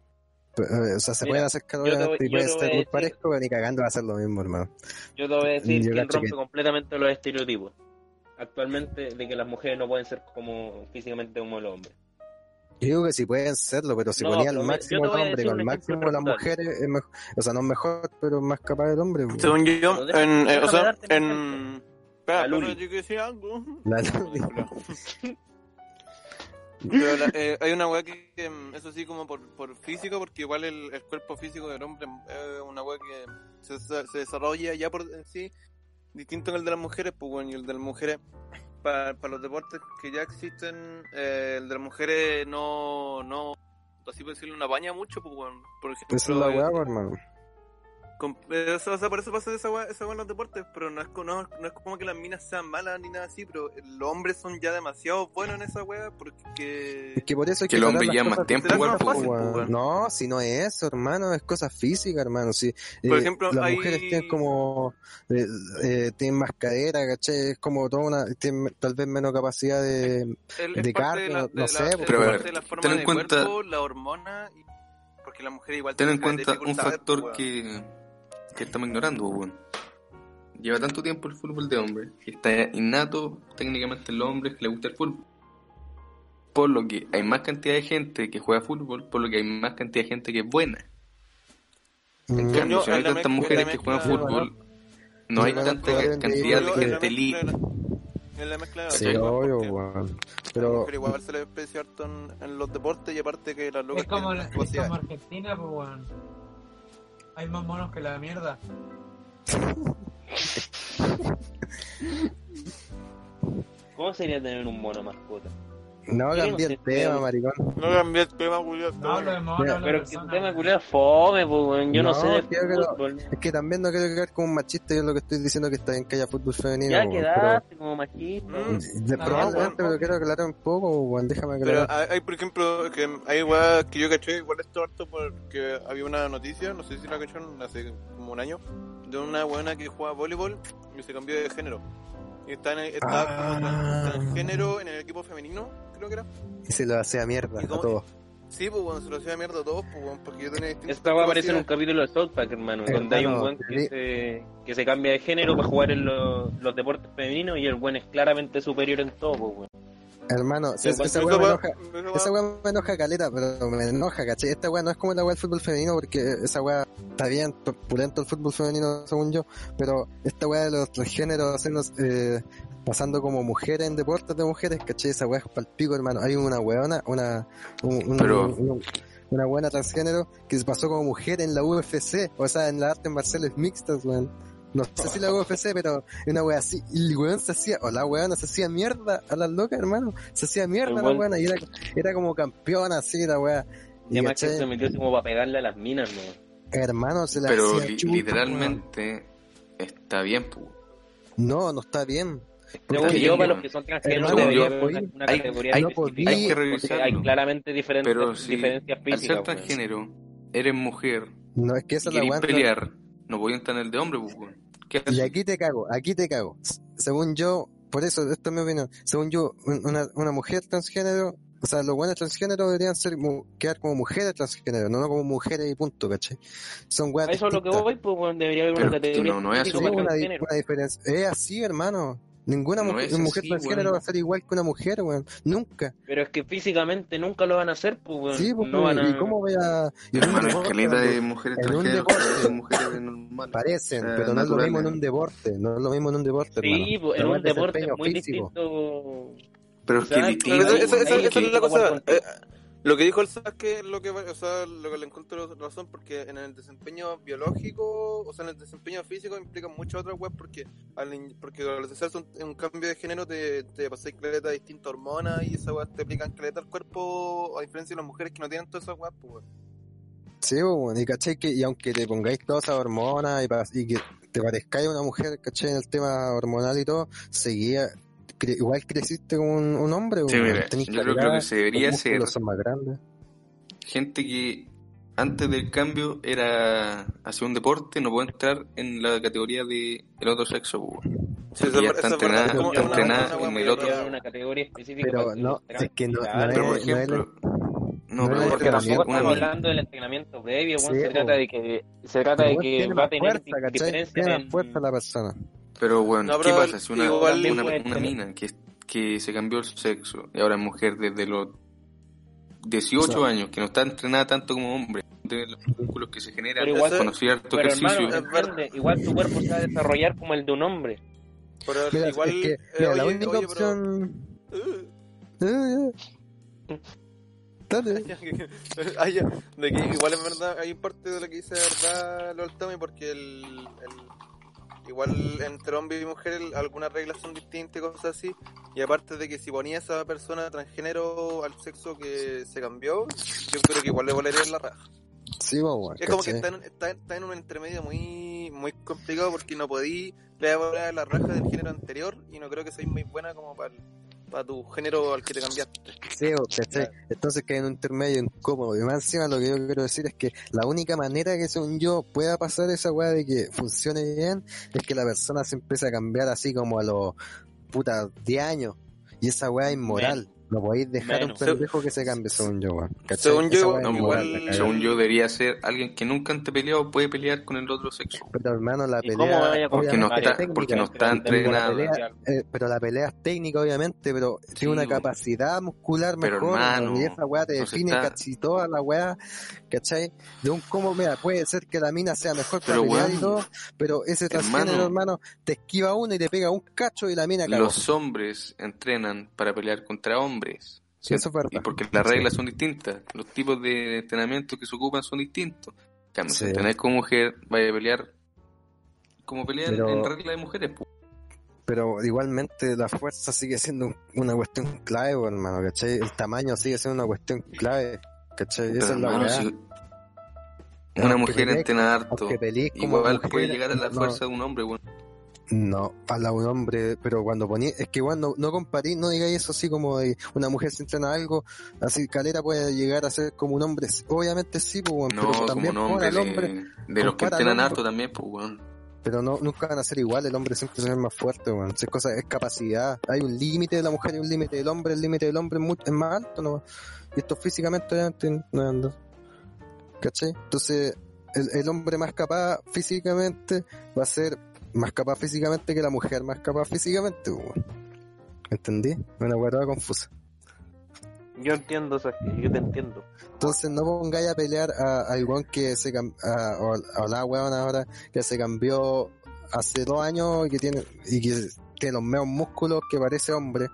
Speaker 2: Pero, eh, o sea, se
Speaker 3: Mira,
Speaker 2: pueden acercar
Speaker 3: yo te
Speaker 2: obviamente,
Speaker 3: voy-
Speaker 2: y
Speaker 3: yo
Speaker 2: puede
Speaker 3: te voy
Speaker 2: ser
Speaker 3: a
Speaker 2: muy
Speaker 3: decir-
Speaker 2: parejo, pero ni cagando va a ser lo mismo, hermano.
Speaker 3: Yo te voy a decir
Speaker 2: Yo
Speaker 3: que
Speaker 2: cacho
Speaker 3: rompe
Speaker 2: que-
Speaker 3: completamente los estereotipos actualmente de que las mujeres no pueden ser como físicamente como el hombre.
Speaker 2: Yo digo que si pueden serlo, pero si
Speaker 3: No,
Speaker 2: ponía
Speaker 3: pero
Speaker 2: el
Speaker 3: mira, yo
Speaker 2: máximo
Speaker 3: te
Speaker 2: el
Speaker 3: voy a
Speaker 2: hombre
Speaker 3: decir
Speaker 2: con
Speaker 3: un
Speaker 2: el
Speaker 3: ejemplo
Speaker 2: máximo las
Speaker 3: brutal.
Speaker 2: mujeres, es mejor, o sea, no es mejor, pero es más capaz el hombre.
Speaker 5: Este
Speaker 2: weón.
Speaker 1: Según yo,
Speaker 3: Pero
Speaker 1: en, eh, o
Speaker 3: déjame
Speaker 1: sea,
Speaker 3: darte mi
Speaker 1: en... Espera,
Speaker 3: La Luli.
Speaker 1: pero yo quiero decir algo.
Speaker 2: La-
Speaker 5: Este
Speaker 1: Pero la- eh, hay una weá que, que, mm, eso sí, como por, por físico, porque igual el, el cuerpo físico del hombre mm, es una weá que se, se- se desarrolla ya por en sí, distinto que el de las mujeres, pues bueno, y el de las mujeres, para, para los deportes que ya existen, eh, el de las mujeres no, no, así por decirlo, no apaña mucho, pues bueno, por ejemplo.
Speaker 2: Esa es la
Speaker 1: eh,
Speaker 2: weá, pues, hermano.
Speaker 1: con- eh, o sea, o sea, por eso pasa esa weá esa weá en los deportes, pero no es, co- no, no es como que las minas sean malas ni nada así, pero los hombres son ya demasiado buenos en esa weá porque...
Speaker 2: Es que por eso hay
Speaker 5: Que el
Speaker 2: tratar
Speaker 5: hombre
Speaker 2: las
Speaker 5: lleva más
Speaker 2: cosas
Speaker 5: tiempo
Speaker 1: Será
Speaker 5: igual,
Speaker 1: más
Speaker 5: po,
Speaker 1: fácil,
Speaker 5: weón.
Speaker 2: Weón,
Speaker 1: pues, weón.
Speaker 2: No, si no es eso, hermano, es cosa física, hermano. Si,
Speaker 1: Por
Speaker 2: eh,
Speaker 1: ejemplo,
Speaker 2: las
Speaker 1: hay-
Speaker 2: mujeres tienen como. eh, eh, tienen más cadera, ¿cachai? Es como toda una. Tienen tal vez menos capacidad de.
Speaker 1: El-
Speaker 2: de
Speaker 1: es parte
Speaker 2: carne,
Speaker 1: la-
Speaker 2: no-
Speaker 1: de
Speaker 2: no
Speaker 1: la-
Speaker 2: sé,
Speaker 1: es
Speaker 2: pues,
Speaker 5: Pero a
Speaker 1: parte
Speaker 5: ver,
Speaker 1: de la forma
Speaker 5: ten en
Speaker 1: de
Speaker 5: cuenta-
Speaker 1: cuerpo, la hormona, y- porque la mujer igual
Speaker 5: Ten en
Speaker 1: tiene
Speaker 5: cuenta un
Speaker 1: dificultades,
Speaker 5: factor
Speaker 1: pues,
Speaker 5: que, que estamos ignorando, weón. Lleva tanto tiempo el fútbol de hombre que está innato técnicamente en los hombres que les gusta el fútbol. Por lo que hay más cantidad de gente que juega fútbol, por lo que hay más cantidad de gente que es buena. En
Speaker 2: Mm,
Speaker 5: cambio, si no hay
Speaker 1: en la
Speaker 5: tantas
Speaker 1: mezcla-
Speaker 5: mujeres
Speaker 1: en la
Speaker 5: que juegan
Speaker 1: mezcla-
Speaker 5: fútbol, no hay
Speaker 2: Yo conozco
Speaker 5: tanta
Speaker 2: varios
Speaker 5: cantidad de
Speaker 2: individuos
Speaker 1: en la
Speaker 5: gente
Speaker 1: mezcla de
Speaker 5: libre.
Speaker 1: la- En la mezcla de la
Speaker 2: sí,
Speaker 5: Sí,
Speaker 2: obvio,
Speaker 1: porque
Speaker 2: weón.
Speaker 1: a la
Speaker 2: Pero.
Speaker 1: mujer igual se le aprecia harto en, en los deportes y aparte que las locas
Speaker 4: Es como,
Speaker 1: tienen más
Speaker 4: la- es como
Speaker 1: capacidades.
Speaker 4: Argentina, pues, weón. Hay más monos que la mierda.
Speaker 3: ¿Cómo sería tener un mono mascota?
Speaker 2: No
Speaker 3: Yo no
Speaker 2: cambié
Speaker 3: sé,
Speaker 2: el tema,
Speaker 3: pero-
Speaker 2: maricón.
Speaker 1: No cambié el tema, Julián.
Speaker 4: No hablo de monos,
Speaker 2: Mira,
Speaker 4: hablo de
Speaker 3: Pero que un
Speaker 4: personas.
Speaker 3: tema culiado fome, pues, weón. Yo no,
Speaker 2: No,
Speaker 3: sé de
Speaker 2: creo que no.
Speaker 3: fútbol.
Speaker 2: Es que también no quiero quedar como un machista, yo lo que estoy diciendo es que está bien que haya fútbol femenino.
Speaker 3: Ya
Speaker 2: po,
Speaker 3: quedaste como machista.
Speaker 1: Mm.
Speaker 2: pero- de-
Speaker 4: Ah,
Speaker 2: probablemente,
Speaker 1: bueno.
Speaker 2: pero quiero aclarar un poco, weón, déjame
Speaker 1: Pero
Speaker 2: aclarar.
Speaker 1: hay, hay, por ejemplo, que hay weas que yo caché, igual esto harto porque había una noticia, no sé si la cacharon hace como un año, de una buena que jugaba voleibol y se cambió de género. Y está en el, estaba
Speaker 2: Ah.
Speaker 1: como en género en el equipo femenino, creo que era.
Speaker 2: Y se lo hacía mierda
Speaker 1: ¿Y
Speaker 2: a
Speaker 1: cómo-
Speaker 2: todos.
Speaker 1: Sí, pues bueno, se lo hacía mierda a todos, pues bueno, porque yo tenía distintas
Speaker 3: Esta weá aparece en un
Speaker 1: capacidades.
Speaker 3: capítulo de South Park, hermano, donde hay un
Speaker 2: Hermano,
Speaker 3: weón que
Speaker 2: sí.
Speaker 3: se, que se cambia de género para jugar en los- los deportes femeninos y el weón es claramente superior en todo, pues, weón.
Speaker 2: Hermano, si-
Speaker 1: Esa
Speaker 2: esa weá me
Speaker 1: wea-
Speaker 2: enoja.
Speaker 1: esa wea-
Speaker 2: Esa weá me enoja caleta, pero me enoja, ¿cachai? Esta weá no es como la weá del fútbol femenino, porque esa weá está bien, pulento el fútbol femenino, según yo, pero esta weá de los transgéneros haciéndose, eh, pasando como mujeres en deportes de mujeres, ¿cachai? Esa weá es palpico, hermano. Hay una weona, una. un- un-
Speaker 5: Pero-
Speaker 2: un- una buena transgénero que se pasó como mujer en la UFC, o sea, en la arte marciales mixtas, weón. No sé si la UFC, pero una wea así. Y el weón se hacía, o la weona se hacía mierda a las locas, hermano. Se hacía mierda a la
Speaker 3: Igual.
Speaker 2: weona y era, era como campeona así, la wea.
Speaker 3: Y
Speaker 2: Y
Speaker 3: además que
Speaker 2: ¿cachai?
Speaker 3: se metió así como para pegarle a las minas, weón.
Speaker 2: hermano se la
Speaker 5: Pero
Speaker 2: hacía
Speaker 5: li-
Speaker 2: chupa,
Speaker 5: literalmente está bien, pues.
Speaker 2: weón. No, no está bien.
Speaker 5: Porque
Speaker 3: Según yo,
Speaker 5: yo-
Speaker 3: para los que son transgéneros,
Speaker 5: Hermano,
Speaker 3: debería
Speaker 5: yo-
Speaker 3: haber una, una
Speaker 5: hay-
Speaker 3: categoría
Speaker 5: hay-
Speaker 3: específica,
Speaker 2: hay que
Speaker 3: porque
Speaker 5: revisarlo.
Speaker 3: Hay claramente diferentes
Speaker 5: Pero si
Speaker 3: diferencias
Speaker 5: al
Speaker 3: físicas,
Speaker 5: ser
Speaker 3: weón.
Speaker 5: transgénero, eres mujer
Speaker 2: No, es que esa es
Speaker 5: y
Speaker 2: la weá.
Speaker 5: querés pelear, no voy a entrar en el de hombre, pues. weón. ¿Qué
Speaker 2: Y
Speaker 5: haces?
Speaker 2: aquí te cago, aquí te cago. S- Según yo, por eso, esto es mi opinión. Según yo, un- una, una mujer transgénero, o sea, los buenos transgénero deberían ser mu- quedar como mujeres transgénero, no como mujeres y punto, ¿cachai? Son weas
Speaker 3: A eso es lo que
Speaker 2: distintas.
Speaker 3: voy, pues, weón, debería haber
Speaker 5: Pero
Speaker 3: una
Speaker 5: es que
Speaker 3: categoría
Speaker 5: no- no es
Speaker 3: específica
Speaker 2: Sí,
Speaker 5: así,
Speaker 3: para
Speaker 2: una, di-
Speaker 3: transgénero.
Speaker 2: una diferencia. Es así, hermano. Ninguna
Speaker 5: No
Speaker 2: mujer,
Speaker 5: es
Speaker 2: mujer
Speaker 5: así,
Speaker 2: transgénero
Speaker 5: weón.
Speaker 2: va a ser igual que una mujer, weón. Nunca.
Speaker 3: Pero es que físicamente nunca lo van a hacer, pues, weón.
Speaker 2: Sí, pues,
Speaker 3: no van a...
Speaker 2: ¿y cómo voy a...? y en un
Speaker 5: Hermano, es
Speaker 2: deporte
Speaker 5: caleta
Speaker 2: donde
Speaker 5: de mujeres
Speaker 2: en un
Speaker 5: transgénero,
Speaker 2: deporte-
Speaker 5: parecen mujeres normales.
Speaker 2: Parecen,
Speaker 5: o sea,
Speaker 2: pero no es lo
Speaker 5: naturales.
Speaker 2: mismo en un deporte. No es lo mismo en un deporte,
Speaker 3: Sí,
Speaker 2: hermano.
Speaker 3: pues, en
Speaker 2: Pero
Speaker 3: un
Speaker 2: el
Speaker 3: deporte
Speaker 2: desempeño
Speaker 3: es muy
Speaker 2: físico.
Speaker 3: distinto.
Speaker 5: Pero es que
Speaker 3: Claro,
Speaker 5: distinto.
Speaker 1: Pero
Speaker 3: Sí,
Speaker 1: esa, esa-
Speaker 3: ahí
Speaker 1: esa
Speaker 3: que-
Speaker 1: es la cosa.
Speaker 3: que-
Speaker 1: eh, lo que dijo el Sas que es lo que, va- o sea, lo que le encuentro razón, porque en el desempeño biológico, o sea, en el desempeño físico implica muchas otras weas, porque al, in- porque al hacerse un, un cambio de género te, te pasáis caleta de distintas hormonas y esas weas te aplican caleta al cuerpo, a diferencia de las mujeres que no tienen todas esas weas, pues weón.
Speaker 2: Sí, pues, weón, y cachai que, y aunque te pongáis todas esas hormonas y, pa- y que te parezcáis una mujer, cachai, en el tema hormonal y todo, seguía, cre- igual creciste como un, un hombre,
Speaker 5: Sí,
Speaker 2: weón.
Speaker 5: mira,
Speaker 2: Tenís
Speaker 5: yo creo que
Speaker 2: calidad,
Speaker 5: lo que se debería
Speaker 2: los
Speaker 5: hacer,
Speaker 2: músculos son más grandes.
Speaker 5: gente que antes del cambio era hacer un deporte, no puede entrar en la categoría de el otro sexo, pues, weón.
Speaker 1: Sí,
Speaker 5: Porque ya está
Speaker 1: esa verdad,
Speaker 5: entrenada,
Speaker 2: es como
Speaker 5: está
Speaker 2: una-
Speaker 5: entrenada
Speaker 1: una wea
Speaker 5: en
Speaker 1: muy
Speaker 5: el otro.
Speaker 1: errónea.
Speaker 3: Hay una categoría específica
Speaker 2: Pero
Speaker 3: para
Speaker 2: no,
Speaker 3: trans,
Speaker 2: es que no- no
Speaker 3: claro.
Speaker 5: Pero por
Speaker 2: no es el-
Speaker 5: ejemplo, no,
Speaker 2: no
Speaker 5: pero
Speaker 2: es el
Speaker 5: por ejemplo,
Speaker 3: Tampoco
Speaker 2: entrenamiento,
Speaker 5: una
Speaker 3: estamos
Speaker 5: mina,
Speaker 3: hablando del entrenamiento previo, weón.
Speaker 2: Sí,
Speaker 3: se
Speaker 2: po.
Speaker 3: trata de que se
Speaker 2: Pero,
Speaker 3: trata de
Speaker 2: weón,
Speaker 3: que
Speaker 2: tiene
Speaker 3: va a
Speaker 2: más
Speaker 3: tener
Speaker 2: fuerza, ¿cachai?
Speaker 3: diferencia
Speaker 2: Tiene
Speaker 3: en-
Speaker 2: más fuerza la persona.
Speaker 5: pero bueno,
Speaker 1: No,
Speaker 5: ¿qué
Speaker 1: pero
Speaker 5: pasa si una,
Speaker 1: igual
Speaker 5: una,
Speaker 3: puede
Speaker 5: una
Speaker 3: tener-
Speaker 5: mina que, que se cambió el sexo y ahora es mujer desde los 18
Speaker 2: O
Speaker 5: años, que no está entrenada tanto como hombre, de los músculos que se generan
Speaker 3: Pero igual-
Speaker 5: con cierto
Speaker 3: Pero hermano,
Speaker 5: ejercicio,
Speaker 1: es verdad.
Speaker 3: entiende, igual tu cuerpo se va a desarrollar como el de un hombre.
Speaker 1: Pero
Speaker 2: Mira,
Speaker 1: igual,
Speaker 2: es que,
Speaker 1: eh,
Speaker 2: mira, la
Speaker 1: oye, Uh. oye,
Speaker 2: única
Speaker 1: pero-
Speaker 2: opción...
Speaker 1: Uh.
Speaker 2: Eh, eh. Dale.
Speaker 1: Ah, ya. de que igual en verdad hay parte de lo que dice de verdad Lord Tommy porque el, el- igual entre hombre y mujer el- algunas reglas son distintas y cosas así y aparte de que si ponía esa persona transgénero al sexo que se cambió yo creo que igual le volaría la raja
Speaker 2: Sí, pues, weón,
Speaker 1: es como que
Speaker 2: ¿cachai?
Speaker 1: está en, está, está en un entremedio muy muy complicado porque no podí le voy a volar la raja del género anterior y no creo que seas muy buena como para para tu género al que te cambiaste
Speaker 2: Sí, bo, ¿cachai? Entonces que hay un intermedio incómodo. Y más encima lo que yo quiero decir es que la única manera que según yo pueda pasar esa weá de que funcione bien es que la persona se empiece a cambiar así como a los puta 10 años. Y esa weá es inmoral. No podéis dejar
Speaker 3: Menos.
Speaker 2: a un pendejo que se cambie según yo, weón. ¿Cachai?
Speaker 1: según yo,
Speaker 2: Esa weá es
Speaker 1: igual-
Speaker 5: No,
Speaker 2: inmoral, la cagada.
Speaker 5: según yo debería ser alguien que nunca ante peleado puede pelear con el otro sexo.
Speaker 2: Pero hermano, la
Speaker 3: ¿Y cómo vaya
Speaker 2: pelea
Speaker 3: a
Speaker 5: Porque no
Speaker 2: obviamente
Speaker 3: combatir
Speaker 2: es
Speaker 5: está,
Speaker 3: eso?
Speaker 5: porque no
Speaker 2: técnica.
Speaker 5: está
Speaker 3: Porque la
Speaker 2: entrenada.
Speaker 5: entrenada.
Speaker 3: pelea-
Speaker 2: eh, pero la pelea es técnica, obviamente, pero
Speaker 5: Sí,
Speaker 2: tiene una
Speaker 5: bo.
Speaker 2: capacidad muscular
Speaker 5: Pero,
Speaker 2: mejor,
Speaker 5: hermano,
Speaker 2: weón, y esa weá te
Speaker 5: no se
Speaker 2: define
Speaker 5: está-
Speaker 2: casi toda la weá, ¿cachai? De un cómo, mira, puede ser que la mina sea mejor para
Speaker 5: Pero,
Speaker 2: pelear
Speaker 5: weón,
Speaker 2: y todo, pero ese transgénero, hermano, te esquiva uno y te pega un cacho y la mina cagó.
Speaker 5: Los hombres entrenan para pelear contra hombres.
Speaker 2: Sí, eso es verdad.
Speaker 5: Y porque las reglas son distintas, los tipos de entrenamiento que se ocupan son distintos. Cambio,
Speaker 2: Sí.
Speaker 5: si tenés con mujer, vaya a pelear como pelear
Speaker 2: Pero-
Speaker 5: en regla de mujeres, pues.
Speaker 2: Pero igualmente la fuerza sigue siendo un- una cuestión clave, po, hermano, ¿cachai? El tamaño sigue siendo una cuestión clave, ¿cachai? Esa es la
Speaker 5: hermano,
Speaker 2: verdad.
Speaker 5: si
Speaker 2: Aunque
Speaker 5: Una mujer
Speaker 2: pelees-
Speaker 5: entrena harto.
Speaker 2: Aunque pelees como
Speaker 5: Igual
Speaker 2: mujer,
Speaker 5: puede llegar a la
Speaker 2: no-
Speaker 5: fuerza de un hombre, weón.
Speaker 2: No, a la un hombre, pero cuando poní, es que igual no, no comparís, no digáis eso así como de una mujer se entrena algo, así calera puede llegar a ser como un hombre, obviamente sí, pues, weón,
Speaker 5: No,
Speaker 2: pero
Speaker 5: como
Speaker 2: también
Speaker 5: un hombre,
Speaker 2: el
Speaker 5: de-
Speaker 2: hombre,
Speaker 5: de, los que
Speaker 2: compara al
Speaker 5: entrenan
Speaker 2: hombre.
Speaker 5: harto también, pues, weón.
Speaker 2: pero no, nunca van a ser igual, el hombre siempre será el más fuerte, weón, si es cosa, es capacidad, hay un límite de la mujer y un límite del hombre, el límite del hombre es, mu- es más alto, no, y esto físicamente obviamente, no anda, ¿cachai? Entonces, el, el hombre más capaz físicamente va a ser más capaz físicamente que la mujer más capaz físicamente, weón. ¿Entendí? Una hueá toda confusa.
Speaker 3: Yo entiendo, Sasuke, yo te entiendo.
Speaker 2: Entonces no pongáis a pelear a- al weón que se cam- a, o al- a la weón ahora que se cambió hace dos años y que tiene, y que tiene los meos músculos que parece hombre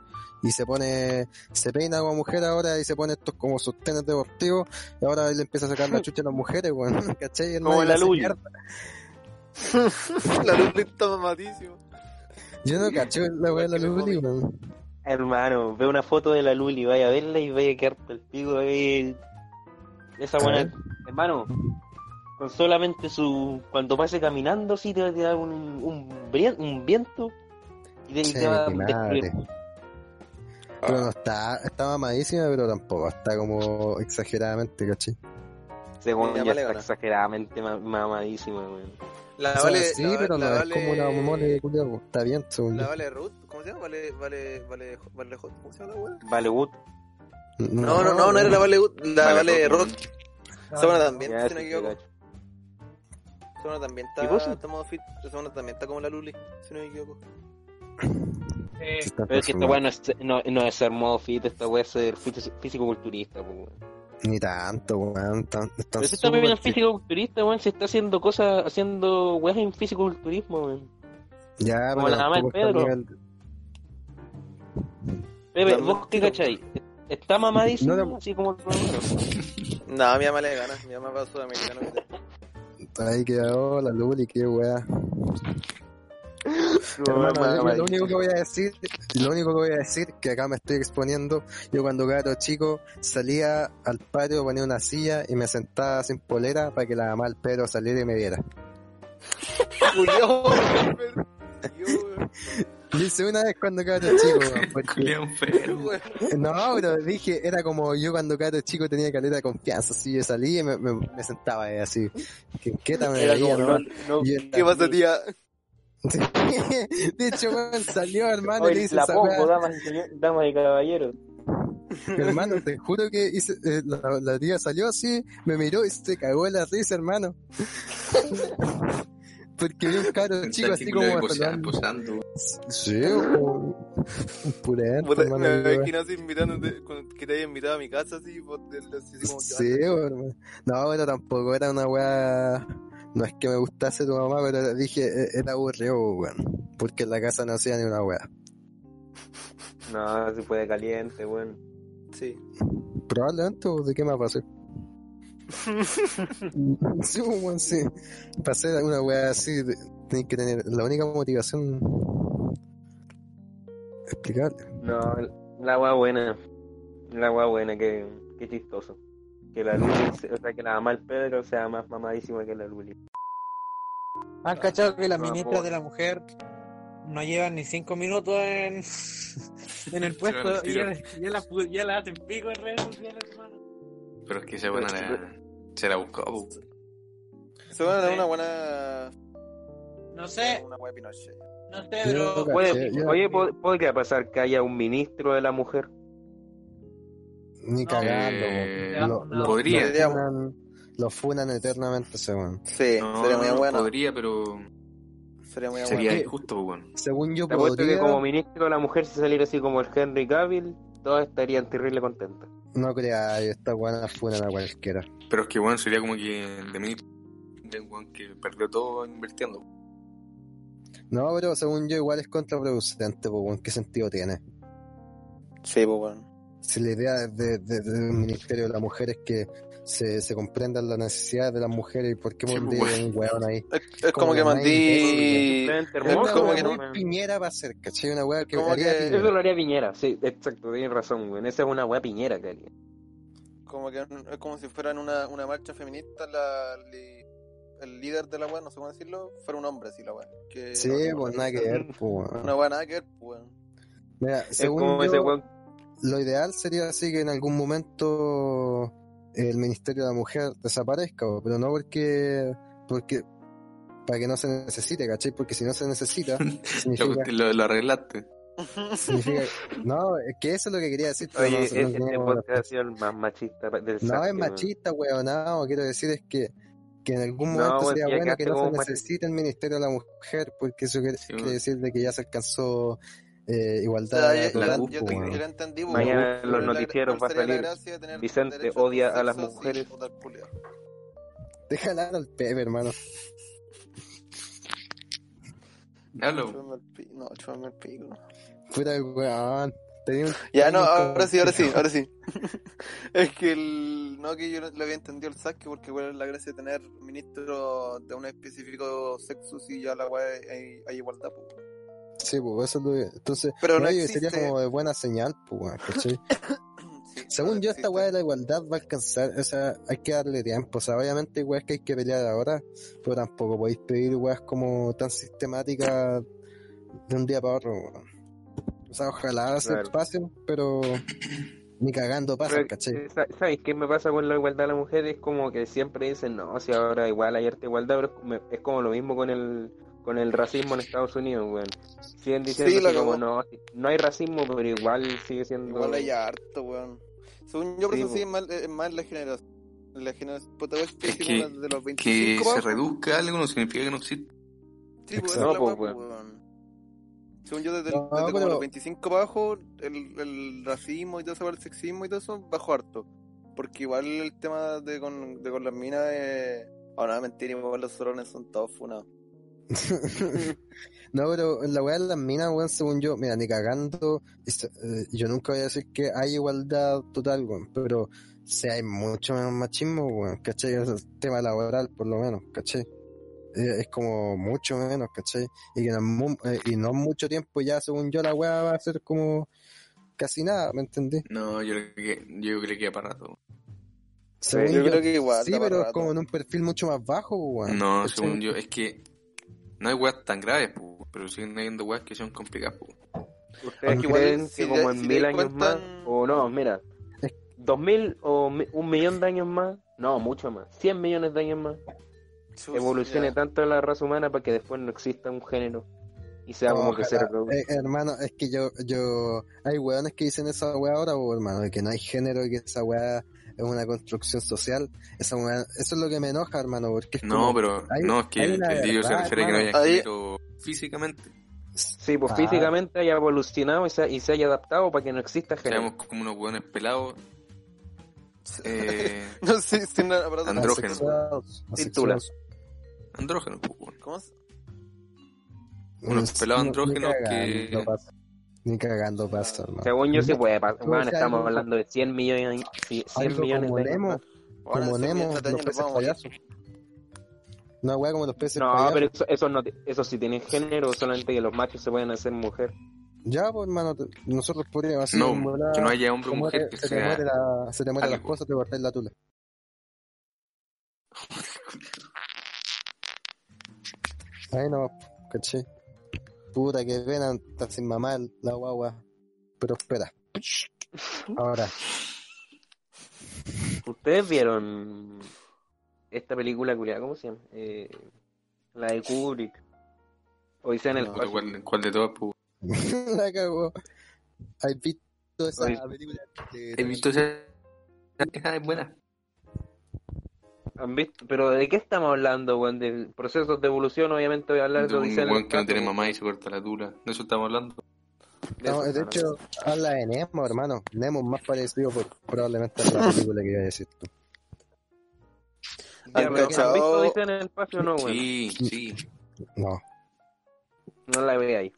Speaker 2: y se pone, se peina como mujer ahora y se pone estos como sostenes deportivos y ahora le empieza a sacar la chucha a las mujeres, weón, ¿cachai? El
Speaker 3: Como
Speaker 2: nadie
Speaker 3: el
Speaker 2: le hace
Speaker 3: Aluyo.
Speaker 2: mierda.
Speaker 1: La luz está mamadísima.
Speaker 2: Yo no cacho la weón de la Luli, weón.
Speaker 3: Hermano, ve una foto de la Luli, vaya a verla y vaya a quedar el pico. Vaya... Esa
Speaker 2: A
Speaker 3: buena.
Speaker 2: ver.
Speaker 3: Hermano, con solamente su. Cuando pase caminando, sí te va a tirar un, un, brien- un viento y te, y te va a
Speaker 2: Che, mi
Speaker 3: destruir.
Speaker 2: madre. Pero
Speaker 1: Ah.
Speaker 2: no está, está mamadísima, pero tampoco, está como exageradamente, ¿cachai?
Speaker 1: Ya
Speaker 3: Según ella,
Speaker 1: vale,
Speaker 3: está
Speaker 1: ahora.
Speaker 3: exageradamente ma- mamadísima, weón.
Speaker 1: La
Speaker 2: O sea,
Speaker 1: vale.
Speaker 2: sí,
Speaker 1: la-
Speaker 2: pero
Speaker 1: la
Speaker 2: no
Speaker 1: vale-
Speaker 2: es como una mole de culiao, pues, está bien, según
Speaker 1: La
Speaker 2: yo.
Speaker 1: vale Ruth, ¿cómo se llama? Vale, vale, vale, vale, ¿cómo se llama la weá?
Speaker 3: Vale, Wood.
Speaker 1: No, no, no, no era la vale, la
Speaker 5: Ah,
Speaker 1: vale, Ruth.
Speaker 5: weón.
Speaker 1: Sabana también,
Speaker 3: Ya,
Speaker 1: si
Speaker 3: sí,
Speaker 1: no me
Speaker 3: te
Speaker 1: equivoco.
Speaker 3: cacho.
Speaker 1: Sabana también
Speaker 3: ¿Y
Speaker 1: está,
Speaker 3: vos?
Speaker 1: está modo fit. Sabana también está como la Luli, si no me equivoco.
Speaker 4: Eh,
Speaker 2: Se está
Speaker 3: Pero es que esta
Speaker 2: transformando.
Speaker 3: weá no es, no, no es ser modo fit, esta weá es ser fí- físico-culturista, pues, weón.
Speaker 2: Ni tanto, weón. Tan, tan
Speaker 3: Pero si está
Speaker 2: súper
Speaker 3: viviendo en
Speaker 2: fit.
Speaker 3: físico-culturista, weón, se está haciendo cosas, haciendo weas en físico-culturismo, weón.
Speaker 2: Ya,
Speaker 3: como
Speaker 2: pero
Speaker 3: la mamá del
Speaker 2: tampoco está al
Speaker 3: Pedro.
Speaker 2: nivel-
Speaker 3: Pepe,
Speaker 1: No,
Speaker 3: vos qué
Speaker 1: no.
Speaker 3: cachai? ¿Está mamadísimo?
Speaker 2: No, no.
Speaker 3: Así como el romero.
Speaker 1: No, mi mamá le gana, mi mamá va a Sudamericano.
Speaker 2: Ahí quedó la Luli, qué weá. Hermano, yo- yo lo único que voy a decir, lo único que voy a decir, que acá me estoy exponiendo, yo cuando era chico salía al patio, ponía una silla y me sentaba sin polera para que la mamá del Pedro saliera y me viera.
Speaker 1: Julio, weón.
Speaker 2: Lo hice una vez cuando era chico, weón, porque
Speaker 5: Culiao feo, weón.
Speaker 2: No, pero dije, era como yo cuando cada chico tenía caleta de confianza, así yo salí y me, me, me sentaba eh, así, que quieta me veía, ¿no? Y era-
Speaker 1: ¿Qué pasa, tía?
Speaker 2: De hecho, weón, salió hermano y le
Speaker 3: Oye,
Speaker 2: hice
Speaker 3: la
Speaker 2: esa
Speaker 3: pongo,
Speaker 2: weá.
Speaker 3: damas y, señor- damas y caballeros.
Speaker 2: hermano, te juro que hice, eh, la, la tía salió así, me miró y se cagó en la risa, hermano. Porque vi un caro chico
Speaker 5: Pensar
Speaker 2: así
Speaker 5: que culiao
Speaker 2: como
Speaker 5: ahí posa-
Speaker 2: saludando.
Speaker 1: pues.
Speaker 5: posando, weón.
Speaker 2: Sí, weón. un purento,
Speaker 1: Puta,
Speaker 2: hermano.
Speaker 1: Me
Speaker 2: yo, weón.
Speaker 1: imagino así invitándote, con- que te haya invitado a mi casa, así, vos te- así como que-
Speaker 2: eh. Sí, hermano. No, pero tampoco era una weá. No es que me gustase tu mamá, pero dije, e- era aburrido, weón. Porque en la casa no hacía ni una weá.
Speaker 3: No, si puede caliente, weón.
Speaker 1: Sí.
Speaker 2: Probablemente, ¿de qué más pasé? sí, weón, sí. Pasé una weá así, de- tenés que tener la única motivación. Explicable.
Speaker 3: No, la agua buena. La agua buena, que, que chistoso. Que la Luli, se- o sea, que la mamá del Pedro sea más mamadísima que la Luli.
Speaker 4: ¿Han cachado que las
Speaker 3: No,
Speaker 4: ministras
Speaker 3: por-
Speaker 4: de la mujer no llevan ni cinco minutos en, en el puesto
Speaker 5: al
Speaker 4: y
Speaker 5: tiro.
Speaker 4: ya, ya las pu- ya las hacen pico en redes sociales, hermano?
Speaker 5: Pero es que se van a la... Se la buscó, po.
Speaker 1: Se van a dar
Speaker 4: Sí.
Speaker 1: una buena.
Speaker 4: No sé,
Speaker 1: Una buena Pinochet.
Speaker 4: no sé,
Speaker 2: Yo
Speaker 4: pero...
Speaker 2: creo
Speaker 3: Puede-
Speaker 2: Sí, ya.
Speaker 3: oye, po- podría pasar que haya un ministro de la mujer.
Speaker 2: Ni
Speaker 4: No.
Speaker 2: cagando,
Speaker 5: Eh,
Speaker 2: weón. Lo- lo-
Speaker 5: podría.
Speaker 2: Lo funan, lo funan eternamente, ese weón.
Speaker 1: Sí,
Speaker 5: No,
Speaker 1: sería muy
Speaker 5: no,
Speaker 1: bueno.
Speaker 5: podría, pero
Speaker 1: Sería muy
Speaker 5: sería
Speaker 1: bueno.
Speaker 5: injusto, po, weón.
Speaker 2: Según yo,
Speaker 3: Te apuesto que
Speaker 2: podría.
Speaker 3: como ministro de la mujer, si saliera así como el Henry Cavill, todos estarían terrible contentos.
Speaker 2: No creáis, esta weá funan a cualquiera.
Speaker 5: Pero es que, weón, sería como que de mí, de un weón que perdió todo invirtiendo.
Speaker 2: No, pero según yo igual es contraproducente, pues, weón, ¿qué sentido tiene?
Speaker 1: Sí, pues bueno.
Speaker 2: Si la idea de- de- de- del Ministerio de la Mujer es que se, se comprendan las necesidades de las mujeres y por qué
Speaker 5: Sí,
Speaker 2: mandé
Speaker 5: pues,
Speaker 2: un weón ahí.
Speaker 1: Es, es como que mandí.
Speaker 2: Es
Speaker 1: Hermoso,
Speaker 2: una
Speaker 1: como
Speaker 2: weá
Speaker 1: que
Speaker 2: muy
Speaker 1: no.
Speaker 2: piñera para hacer, ¿cachai? Una weá que
Speaker 1: Como
Speaker 2: haría
Speaker 1: que-
Speaker 2: Piñera.
Speaker 3: Eso lo haría Piñera, sí, exacto, tienes razón, güey. Esa es una weá Piñera que haría.
Speaker 1: Como que es como si fueran una, una marcha feminista, la, li- el líder de la weá, no sé cómo decirlo, fuera un hombre, sí, la weá. Que-
Speaker 2: Sí, pues nada que ver, pues, weón.
Speaker 1: Una weá nada que ver, pues, weón.
Speaker 2: Mira,
Speaker 3: Es
Speaker 2: según
Speaker 3: como
Speaker 2: yo,
Speaker 3: ese weón.
Speaker 2: lo ideal sería así que en algún momento el Ministerio de la Mujer desaparezca, bo, pero no porque porque para que no se necesite, ¿cachai? Porque si no se necesita,
Speaker 5: Lo,
Speaker 2: significa,
Speaker 5: lo- lo arreglaste.
Speaker 2: significa- no, es que eso es lo que quería decir. pero
Speaker 3: Oye,
Speaker 2: no,
Speaker 3: este,
Speaker 2: no teníamos la-
Speaker 3: podcast ha sido el más machista pa- del
Speaker 2: No,
Speaker 3: Santi,
Speaker 2: es
Speaker 3: güey.
Speaker 2: machista, weón. No, quiero decir es que, que en algún
Speaker 3: No,
Speaker 2: momento
Speaker 3: weón,
Speaker 2: sería
Speaker 3: ya
Speaker 2: bueno
Speaker 3: quedaste
Speaker 2: que no se
Speaker 3: como machista.
Speaker 2: necesite el Ministerio de la Mujer, porque eso quiere,
Speaker 5: Sí,
Speaker 2: quiere
Speaker 5: weón.
Speaker 2: decir de que ya se alcanzó eh,
Speaker 1: O sea,
Speaker 2: igualdad
Speaker 1: yo- yo-
Speaker 2: total.
Speaker 5: la-
Speaker 1: yo,
Speaker 2: po,
Speaker 1: te-
Speaker 2: weón.
Speaker 1: yo la entendí, pues,
Speaker 3: Mañana
Speaker 1: weón.
Speaker 3: en los
Speaker 1: ¿Cuál es la-
Speaker 3: noticieros
Speaker 1: cuál
Speaker 3: va a
Speaker 1: sería la
Speaker 3: salir,
Speaker 1: gracia de tener
Speaker 3: Vicente
Speaker 1: derecho tu
Speaker 3: odia a las
Speaker 1: sexo sin
Speaker 3: mujeres.
Speaker 1: votar, culiao?
Speaker 2: Deja hablar al Pepe, hermano.
Speaker 5: Hablo.
Speaker 1: Chúpame el pi- No, chúpame el pico.
Speaker 2: Puta el weón. Tenía un
Speaker 1: Ya, no,
Speaker 2: timing
Speaker 1: ahora sí, ahora sí,
Speaker 2: complicado.
Speaker 1: ahora sí. es que el. No, que yo lo había entendido el saque, porque cuál es la gracia de tener ministro de un específico sexo si ya la weá hay, hay igualdad, pues. weón.
Speaker 2: Sí, pues eso es lo que- Entonces,
Speaker 1: Pero no
Speaker 2: oye,
Speaker 1: existe.
Speaker 2: sería como de buena señal, pues, weón, ¿cachai?
Speaker 1: Sí,
Speaker 2: Según
Speaker 1: no
Speaker 2: yo,
Speaker 1: existe.
Speaker 2: esta weá de la igualdad va a alcanzar, o sea, hay que darle tiempo, o sea, obviamente hay weas que hay que pelear ahora, pero tampoco podéis pedir weas como tan sistemáticas de un día para otro, weón. O sea, ojalá se
Speaker 3: Claro.
Speaker 2: pasen, pero ni cagando pasan,
Speaker 3: Pero,
Speaker 2: ¿cachai?
Speaker 3: eh, sa- ¿Sabes qué me pasa con la igualdad de la mujer? Es como que siempre dicen, no, si ahora igual hay harta igualdad, pero es como- es como lo mismo con el con el racismo en Estados Unidos, weón. Siguen diciendo
Speaker 1: Sí, la
Speaker 3: así como,
Speaker 1: cagó.
Speaker 3: no, si- no hay racismo, pero igual sigue siendo...
Speaker 1: Igual hay harto, weón. Según yo, por
Speaker 3: Sí,
Speaker 1: eso sí,
Speaker 3: po.
Speaker 1: es más, es más la generación. La generación. Puta, weón,
Speaker 5: Es
Speaker 1: sí,
Speaker 5: que-
Speaker 1: como de los 25
Speaker 5: Que
Speaker 1: pa'
Speaker 5: se
Speaker 1: abajo.
Speaker 5: reduzca algo no significa que no exista.
Speaker 1: Sí, pues,
Speaker 2: Exacto.
Speaker 1: esa es la
Speaker 3: No,
Speaker 1: weá,
Speaker 3: pues,
Speaker 1: pues, weón. Según yo, desde, el-
Speaker 2: No,
Speaker 1: desde como
Speaker 2: pero-
Speaker 1: los 25 para abajo, el, el racismo y todo eso, el sexismo y todo eso, bajó harto. Porque igual el tema de con, de con las minas es... Ahora, no, mentira, igual los sorones son todos funados.
Speaker 2: No, pero la weá de las minas, weón, según yo, mira, ni cagando, es- eh, yo nunca voy a decir que hay igualdad total, weón, pero si hay mucho menos machismo, weón, ¿cachai? Es el tema laboral, por lo menos, ¿cachai? Eh, es como mucho menos, ¿cachai? Y que no, es mu- eh, y no es mucho tiempo ya, según yo, la weá va a ser como casi nada, ¿me entendí?
Speaker 5: No, yo creo que, yo creo que queda para rato.
Speaker 2: Según
Speaker 1: yo creo que igual,
Speaker 2: Sí,
Speaker 1: da para
Speaker 2: pero es
Speaker 1: rato.
Speaker 2: como en un perfil mucho más bajo, weón.
Speaker 5: No,
Speaker 2: ¿cachai?
Speaker 5: según yo, es que no hay weas tan graves, po, pero siguen habiendo weas que son complicadas. po.
Speaker 3: ¿Ustedes
Speaker 1: Aunque igual,
Speaker 3: creen
Speaker 1: si
Speaker 3: que
Speaker 1: le-
Speaker 3: como en
Speaker 1: si le
Speaker 3: mil años más,
Speaker 1: cuentan-
Speaker 3: o no, mira, dos mil o mi- un millón de años más, no, mucho más, cien millones de años más,
Speaker 1: Chus,
Speaker 3: evolucione
Speaker 1: ya.
Speaker 3: tanto la raza humana para que después no exista un género y sea como que se
Speaker 2: Ojalá.
Speaker 3: reproduce?
Speaker 2: Eh, hermano, es que yo, yo, hay weones que dicen esa weá ahora, o hermano, de que no hay género, y que esa weá es una construcción social. Esa weá- eso es lo que me enoja, hermano, porque es
Speaker 5: No,
Speaker 2: como-
Speaker 5: pero
Speaker 2: hay-
Speaker 5: no, es que
Speaker 2: hay
Speaker 5: el
Speaker 2: una
Speaker 5: libro se
Speaker 2: verdad,
Speaker 5: refiere a que no haya
Speaker 1: hermano. Ahí-
Speaker 5: escrito físicamente.
Speaker 3: Sí, pues
Speaker 2: Ah.
Speaker 3: físicamente haya evolucionado y se, y se haya adaptado para que no exista género.
Speaker 5: Seamos como unos hueones pelados. Eh,
Speaker 1: No, sí, sí, no, perdón.
Speaker 5: Andro- andrógeno.
Speaker 2: Asexuados,
Speaker 3: Pintura.
Speaker 2: asexuados.
Speaker 5: andrógenos, po, weón.
Speaker 1: ¿Cómo se-
Speaker 5: Unos
Speaker 2: No,
Speaker 5: pelados
Speaker 2: ni
Speaker 5: andrógenos que-
Speaker 2: cagando pasa. Ni cagando pasa, hermano.
Speaker 3: Según yo sí puede pasar.
Speaker 2: Como
Speaker 3: Bueno,
Speaker 2: sea,
Speaker 3: estamos
Speaker 2: algo-
Speaker 3: hablando de 100 millones, sí, 100
Speaker 2: Algo
Speaker 3: millones
Speaker 2: como
Speaker 3: de años.
Speaker 2: Nemo,
Speaker 3: más.
Speaker 1: Ahora,
Speaker 2: como
Speaker 1: si
Speaker 2: Nemo,
Speaker 1: mientras daño nos
Speaker 2: los peces
Speaker 1: vamos a morir.
Speaker 2: payasos. Una weá como los peces
Speaker 3: No,
Speaker 2: payasos.
Speaker 3: pero eso, eso, no, te- eso sí tiene género, solamente que los machos se pueden hacer mujer.
Speaker 2: Ya, pues, hermano, te- nosotros podríamos hacer
Speaker 5: No,
Speaker 2: un volado,
Speaker 5: que no haya hombre o
Speaker 2: se muere-
Speaker 5: mujer que
Speaker 2: se te muere
Speaker 5: sea.
Speaker 2: la, se te muere la
Speaker 5: algo.
Speaker 2: esposa, te cortáis la tula. Ahí no, caché. Puta que pena, está sin mamar la guagua. Pero espera. Ahora,
Speaker 3: ¿Ustedes vieron esta película culiada? ¿Cómo se llama? Eh, la de Kubrick. Odisea en el
Speaker 5: Puta,
Speaker 3: espacio.
Speaker 5: ¿Cuál, cuál de todas? pues, po?
Speaker 2: la cagó. ¿Has visto esa
Speaker 3: Oye.
Speaker 2: película? de-
Speaker 5: He visto esa. Esa es buena.
Speaker 3: ¿Han visto? Pero ¿de qué estamos hablando, weón? De procesos de evolución, obviamente voy a hablar de,
Speaker 5: De un
Speaker 3: Odisea en el
Speaker 5: hueón que no
Speaker 3: espacio,
Speaker 5: tiene
Speaker 3: weón.
Speaker 5: mamá y se corta la tula. De eso estamos hablando.
Speaker 2: Ah,
Speaker 3: De eso
Speaker 2: No, de
Speaker 3: estamos
Speaker 2: hecho, habla de Nemo, hermano. Nemo es más parecido por- probablemente a la película que iba a decir tú.
Speaker 3: Ya,
Speaker 1: ¿Han
Speaker 3: pero
Speaker 1: cachado?
Speaker 3: ¿han visto Odisea en el espacio o no, weón?
Speaker 5: Sí, sí.
Speaker 2: No.
Speaker 3: No la veáis.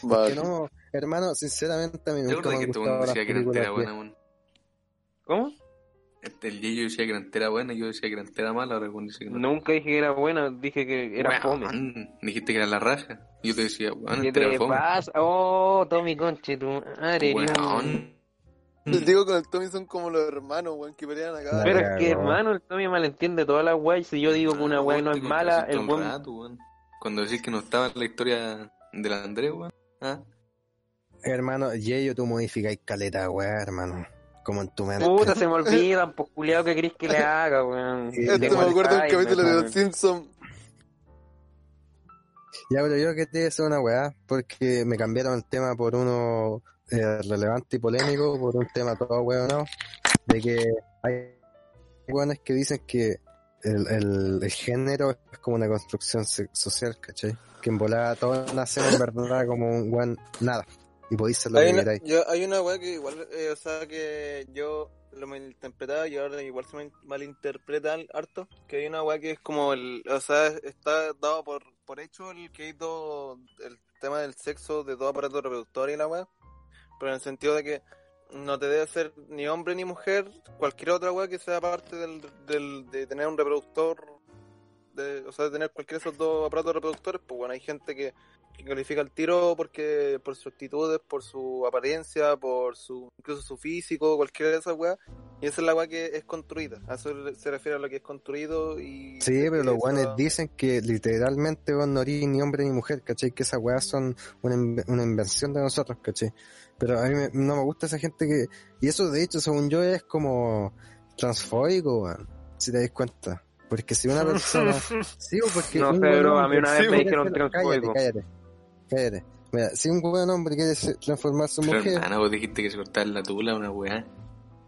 Speaker 2: Que no, hermano, sinceramente a mí
Speaker 5: ¿Te
Speaker 2: nunca me
Speaker 5: acuerdas que
Speaker 2: han
Speaker 5: este
Speaker 2: gustado
Speaker 5: hueón
Speaker 2: las
Speaker 5: decía que era entera
Speaker 2: películas
Speaker 5: buena, weón?
Speaker 3: ¿Cómo?
Speaker 5: Este, el Yeyo decía que la entera buena, yo decía que la entera mala, ahora cuando dice que
Speaker 3: Nunca dije que era buena, dije que era fome.
Speaker 5: Weón, dijiste que era la raja. Yo te decía, weón,
Speaker 3: ¿Qué
Speaker 5: entera
Speaker 3: te
Speaker 5: fome.
Speaker 3: pasa? Oh, Tommy Conche, tu madre.
Speaker 5: Weón.
Speaker 1: Les digo con el Tommy son como los hermanos, weón, que pelean acá.
Speaker 3: Pero es
Speaker 2: Cagó.
Speaker 3: que, hermano, el Tommy malentiende todas las guay. Si yo digo que
Speaker 5: Ah,
Speaker 3: una guay no es
Speaker 5: Te
Speaker 3: mala,
Speaker 5: contradeciste
Speaker 3: el
Speaker 5: un
Speaker 3: buen...
Speaker 5: rato, weón. Cuando decís que no estaba la historia del Andrés, weón. ¿Ah?
Speaker 2: Hermano, Yeyo, tú modificáis caleta, weá, hermano. Como en tu mente.
Speaker 3: Puta, se me olvidan, pues culiado, ¿qué crees que le haga, weón?
Speaker 2: Sí,
Speaker 1: Esto
Speaker 2: de
Speaker 1: me acuerdo del
Speaker 3: Ay,
Speaker 1: capítulo de
Speaker 3: weón.
Speaker 1: los Simpsons.
Speaker 2: Ya, pero yo que te es una weá, porque me cambiaron el tema por uno eh, relevante y polémico, por un tema todo weonado, de que hay weones que dicen que el, el- el género es como una construcción se- social, ¿cachai? Que en volada todos nacemos en verdad como un weón nada, y podéis ser lo
Speaker 1: Hay
Speaker 2: que
Speaker 1: una,
Speaker 2: queráis.
Speaker 1: yo- hay una weá que igual, eh, o sea, que yo lo malinterpretaba y ahora igual se me malinterpreta al- harto. Que hay una weá que es como el. O sea, está dado por, por hecho el que hay dos- el tema del sexo de todo aparato reproductor y la weá. Pero en el sentido de que no te debe ser ni hombre ni mujer, cualquier otra weá que sea parte del, del- de tener un reproductor. De, o sea, de tener cualquiera de esos dos aparatos reproductores, pues bueno, hay gente que que califica el tiro porque por sus actitudes, por su apariencia, por su incluso su físico, cualquiera de esas weas. Y esa es la wea que es construida. A eso se refiere a lo que es construido y...
Speaker 2: Sí, pero los
Speaker 1: eso-
Speaker 2: guanes dicen que literalmente vos no eres ni hombre ni mujer, ¿cachai? Que esas weas son una, inve- una invención de nosotros, ¿cachai? Pero a mí me- no me gusta esa gente que... Y eso, de hecho, según yo, es como transfóbico, weón, si te das cuenta. Porque si una persona... sí, o porque
Speaker 3: No
Speaker 2: un
Speaker 3: sé,
Speaker 2: weón
Speaker 3: bro, a
Speaker 2: hombre-
Speaker 3: mí una vez
Speaker 2: sí,
Speaker 3: me
Speaker 2: porque-
Speaker 3: dijeron transfóbico.
Speaker 2: Cállate, cállate, cállate. Mira, si un buen hombre quiere se- transformarse en
Speaker 5: Pero
Speaker 2: mujer...
Speaker 5: hermano, vos dijiste que se cortaba la tula una weá.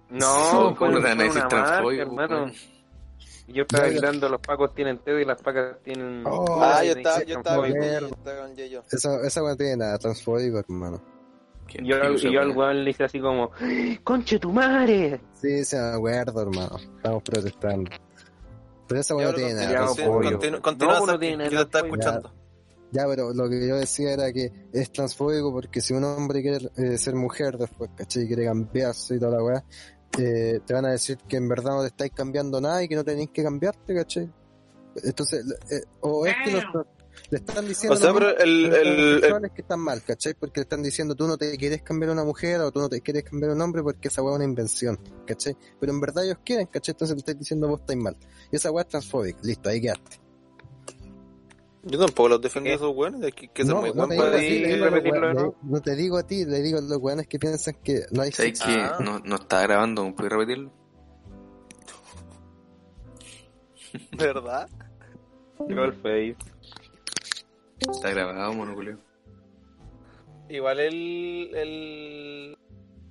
Speaker 3: No,
Speaker 5: ¿Cómo
Speaker 3: fue
Speaker 5: te van a
Speaker 3: fue
Speaker 5: decir
Speaker 3: una marca,
Speaker 5: transfóbico,
Speaker 3: hermano.
Speaker 5: weón?
Speaker 3: Yo estaba
Speaker 2: Ya, ya.
Speaker 3: gritando, los pacos tienen teo y las pacas tienen...
Speaker 2: Oh,
Speaker 1: Ah, yo
Speaker 3: Ay,
Speaker 1: estaba,
Speaker 3: sí,
Speaker 1: yo estaba con,
Speaker 3: transfóbico.
Speaker 1: yo estaba con Yeyo.
Speaker 2: Esa, esa wea no tiene nada transfóbico, hermano.
Speaker 5: ¿Quién
Speaker 3: Yo,
Speaker 5: dijo
Speaker 3: al-
Speaker 5: esa
Speaker 3: y yo al
Speaker 5: weá?
Speaker 3: weón le hice así como, ¡Conche tu madre!
Speaker 2: Sí, se me acuerdo, hermano. Estamos protestando. Pero esa weá no tiene
Speaker 3: ya,
Speaker 2: nada.
Speaker 3: no,
Speaker 2: transfóbico.
Speaker 3: pollo.
Speaker 1: continúa,
Speaker 3: No,
Speaker 1: continúa,
Speaker 3: uno
Speaker 1: Saki,
Speaker 3: tiene
Speaker 1: que
Speaker 3: la
Speaker 1: te está
Speaker 3: polla.
Speaker 1: escuchando.
Speaker 2: Ya, pero lo que yo decía era que es transfóbico porque si un hombre quiere eh, ser mujer después, ¿cachai? Y Quiere cambiarse y toda la weá, eh, te van a decir que en verdad no te estáis cambiando nada y que no tenéis que cambiarte, ¿cachai? Entonces, eh, o es que los- le están
Speaker 1: O
Speaker 2: diciendo
Speaker 1: sea,
Speaker 2: lo mismo
Speaker 1: pero el...
Speaker 2: a
Speaker 1: el,
Speaker 2: los
Speaker 1: el-
Speaker 2: homosexuales que están mal, ¿cachai? Porque le están diciendo tú no te quieres cambiar a una mujer o tú no te quieres cambiar a un hombre porque esa weá es una invención, ¿cachai? Pero en verdad ellos quieren, ¿cachai? Entonces le estáis diciendo vos estáis mal. Y esa weá es transfóbica, listo, ahí quedaste.
Speaker 1: Yo tampoco los defendí a esos weones, es que, que son muy
Speaker 2: te
Speaker 1: buenos
Speaker 2: digo
Speaker 1: para
Speaker 2: a ti, le
Speaker 3: ¿Podéis
Speaker 2: digo a los
Speaker 3: repetirlo de
Speaker 2: weones-
Speaker 3: nuevo?
Speaker 2: no te digo a ti, le digo a los weones que piensan que no hay
Speaker 5: ¿Sabes
Speaker 2: sexo.
Speaker 5: que
Speaker 1: Ah.
Speaker 5: no, no está grabando? ¿Puedes repetirlo?
Speaker 1: ¿verdad?
Speaker 3: Yo al Face.
Speaker 5: Está grabado, monoculeo.
Speaker 1: Igual el, el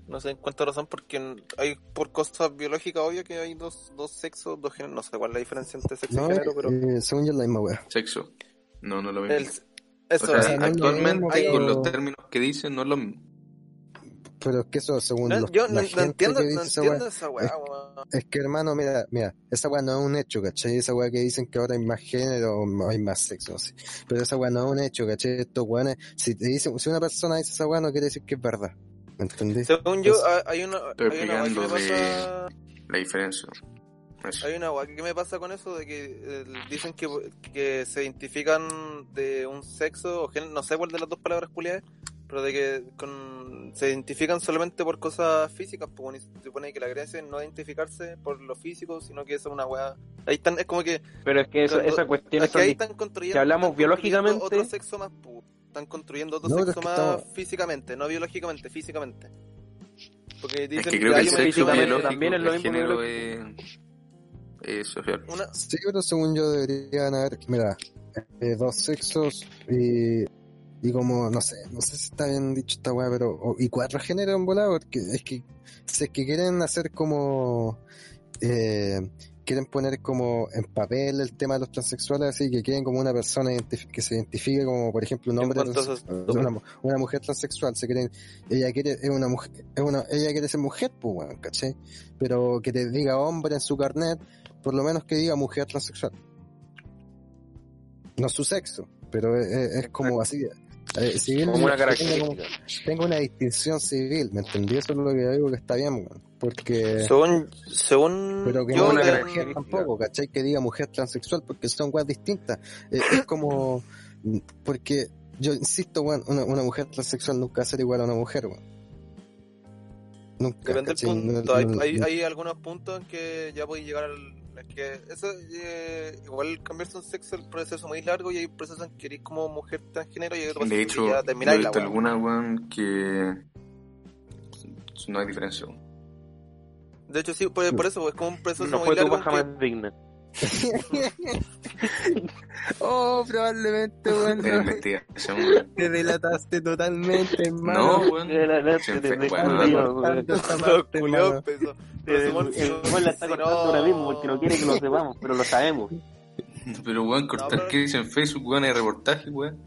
Speaker 1: no sé en cuánta razón porque hay por cosas biológicas obvio que hay dos, dos sexos, dos géneros, no sé cuál es la diferencia entre sexo
Speaker 2: No,
Speaker 1: y género, pero
Speaker 2: eh, según yo es la misma weá.
Speaker 5: Sexo. No, no es lo mismo.
Speaker 1: el,
Speaker 5: o
Speaker 1: eso eh,
Speaker 5: sea,
Speaker 2: es- no es lo
Speaker 5: actualmente
Speaker 2: mismo,
Speaker 5: con
Speaker 2: pero-
Speaker 5: los términos que dicen no es lo mismo.
Speaker 2: Pero es que eso, según
Speaker 1: no,
Speaker 2: los-
Speaker 1: yo
Speaker 2: la
Speaker 1: no, no
Speaker 2: gente
Speaker 1: entiendo,
Speaker 2: que dice
Speaker 1: no
Speaker 2: esa weá,
Speaker 1: entiendo esa weá, weón.
Speaker 2: Es que hermano, mira, mira, esa weá no es un hecho, ¿cachai? Esa weá que dicen que ahora hay más género o hay más sexo, no sé. Pero esa weá no es un hecho, ¿cachai? Estos weones, si te dicen, si una persona dice esa weá no quiere decir que es verdad. ¿Me entendés?
Speaker 1: Según yo,
Speaker 2: Es-
Speaker 1: hay- hay una,
Speaker 5: Estoy
Speaker 1: hay una weá que me
Speaker 5: explicando
Speaker 1: pasa,
Speaker 5: La diferencia. Eso.
Speaker 1: hay una weá que me pasa con eso de que eh, dicen que, que se identifican de un sexo o género, no sé cuál de las dos palabras culiadas, pero de que con, se identifican solamente por cosas físicas, pues bueno, y se supone que la gracia es no identificarse por lo físico, sino que eso es una weá, ahí están, es como que
Speaker 3: Pero es que esa,
Speaker 1: Pero-
Speaker 3: esa cuestión
Speaker 1: Es
Speaker 3: es
Speaker 1: que ahí están construyendo.
Speaker 3: si hablamos
Speaker 1: están construyendo
Speaker 3: biológicamente-
Speaker 1: Otro sexo más pu- Están construyendo otro
Speaker 2: No, pero
Speaker 1: sexo
Speaker 2: es que
Speaker 1: más
Speaker 2: estamos-
Speaker 1: físicamente, no biológicamente, físicamente. Porque dicen
Speaker 5: Es que creo que
Speaker 1: hay
Speaker 5: el
Speaker 1: un-
Speaker 5: sexo
Speaker 3: físicamente
Speaker 5: biológico
Speaker 3: también es
Speaker 5: y
Speaker 3: lo
Speaker 5: el
Speaker 3: mismo
Speaker 5: género es, es social.
Speaker 1: una-
Speaker 2: Sí, pero según yo deberían haber, mira, eh, dos sexos y, y como, no sé, no sé si está bien dicho esta weá, pero, o- y cuatro géneros en volado, porque es que, si es que quieren hacer como, eh, quieren poner como en papel el tema de los transexuales, así que quieren como una persona identif- que se identifique como, por ejemplo, un
Speaker 1: Yo
Speaker 2: hombre
Speaker 1: encuentro eso
Speaker 2: transexual,
Speaker 1: estúpido.
Speaker 2: una, mu- una mujer transexual, se quieren, ella quiere, es una mujer, es una, ella quiere ser mujer, pues weón, ¿cachai? Pero que te diga hombre en su carnet, por lo menos que diga mujer transexual. No su sexo, pero es, es- es como así, Eh, civil
Speaker 3: como una
Speaker 2: yo tengo,
Speaker 3: característica.
Speaker 2: como- tengo una distinción civil, ¿me entendí? Eso es lo que yo digo que está bien, weón. Porque.
Speaker 1: Según, según
Speaker 2: Pero que
Speaker 1: yo,
Speaker 2: no
Speaker 3: una
Speaker 1: de-
Speaker 2: diga
Speaker 3: característica.
Speaker 2: mujer tampoco, ¿cachai? Que diga mujer transexual, porque son weas distintas. Eh, es como. Porque yo insisto, weón, una, una mujer transexual nunca va a ser igual a una mujer, weón. Nunca.
Speaker 1: depende del
Speaker 2: ¿cachai? No-
Speaker 1: punto. Hay,
Speaker 2: no-
Speaker 1: hay, hay algunos puntos en que ya podéis llegar al. es que eso, eh, igual cambiarse un sexo es un proceso muy largo y hay procesos en que eres como mujer transgénero y hay otros
Speaker 5: De
Speaker 1: procesos
Speaker 5: hecho,
Speaker 1: que ya
Speaker 5: yo he
Speaker 1: termináis la
Speaker 5: visto
Speaker 1: wea.
Speaker 5: alguna, weón, que no hay diferencia. weón.
Speaker 1: De hecho, sí, por, por eso, pues, es como un proceso
Speaker 3: No
Speaker 1: muy
Speaker 3: fue tu
Speaker 1: largo.
Speaker 3: paja
Speaker 1: en que-
Speaker 3: más digna.
Speaker 2: oh, probablemente, weón.
Speaker 5: En investigación, weón.
Speaker 2: Te delataste totalmente,
Speaker 5: No,
Speaker 2: hermano.
Speaker 5: weón. Se enfer- bueno,
Speaker 2: Tanto esta
Speaker 1: Los
Speaker 2: parte,
Speaker 1: culiados
Speaker 2: hermano.
Speaker 1: pesos. Pero
Speaker 3: El
Speaker 1: Simón, Simón,
Speaker 3: el- la está
Speaker 1: si no-
Speaker 3: cortando ahora mismo porque no quiere que lo sepamos, pero lo sabemos.
Speaker 5: Pero, weón, cortar
Speaker 1: pero-
Speaker 5: clips en Facebook, weón, hay reportaje, weón.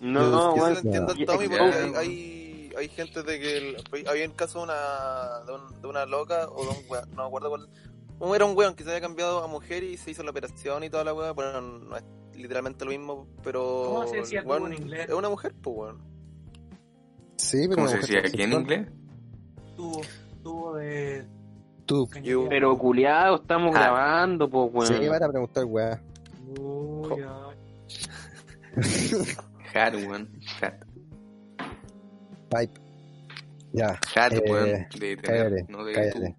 Speaker 3: No,
Speaker 2: Yo-
Speaker 3: no,
Speaker 1: Yo se lo
Speaker 3: weón.
Speaker 1: entiendo al
Speaker 3: Ya, mm.
Speaker 1: Tommy
Speaker 5: ya.
Speaker 1: porque hay, hay, hay gente de que el- había un caso de una, de, un- de una loca o de un weón, no me acuerdo cuál. un- Era un weón que se había cambiado a mujer y se hizo la operación y toda la weá. Bueno, no es literalmente lo mismo, pero.
Speaker 6: ¿Cómo se decía tú
Speaker 1: weón,
Speaker 6: en inglés?
Speaker 1: Es una mujer, pues weón.
Speaker 2: Sí, pero
Speaker 5: ¿Cómo
Speaker 2: una
Speaker 5: se
Speaker 2: mujer
Speaker 5: decía aquí en
Speaker 2: transexual.
Speaker 5: inglés?
Speaker 6: Tubo, tubo de.
Speaker 2: Tú.
Speaker 6: cañería.
Speaker 3: Pero culiado, estamos
Speaker 5: Ah.
Speaker 3: grabando, pues, weón.
Speaker 2: Sí, van a preguntar, weá.
Speaker 6: Uy, ay.
Speaker 5: Hat, weón. Hat,
Speaker 2: Pipe. Ya.
Speaker 5: hat,
Speaker 2: Eh,
Speaker 5: weón. De tener,
Speaker 2: cállate,
Speaker 5: no de
Speaker 2: cállate.
Speaker 5: tú.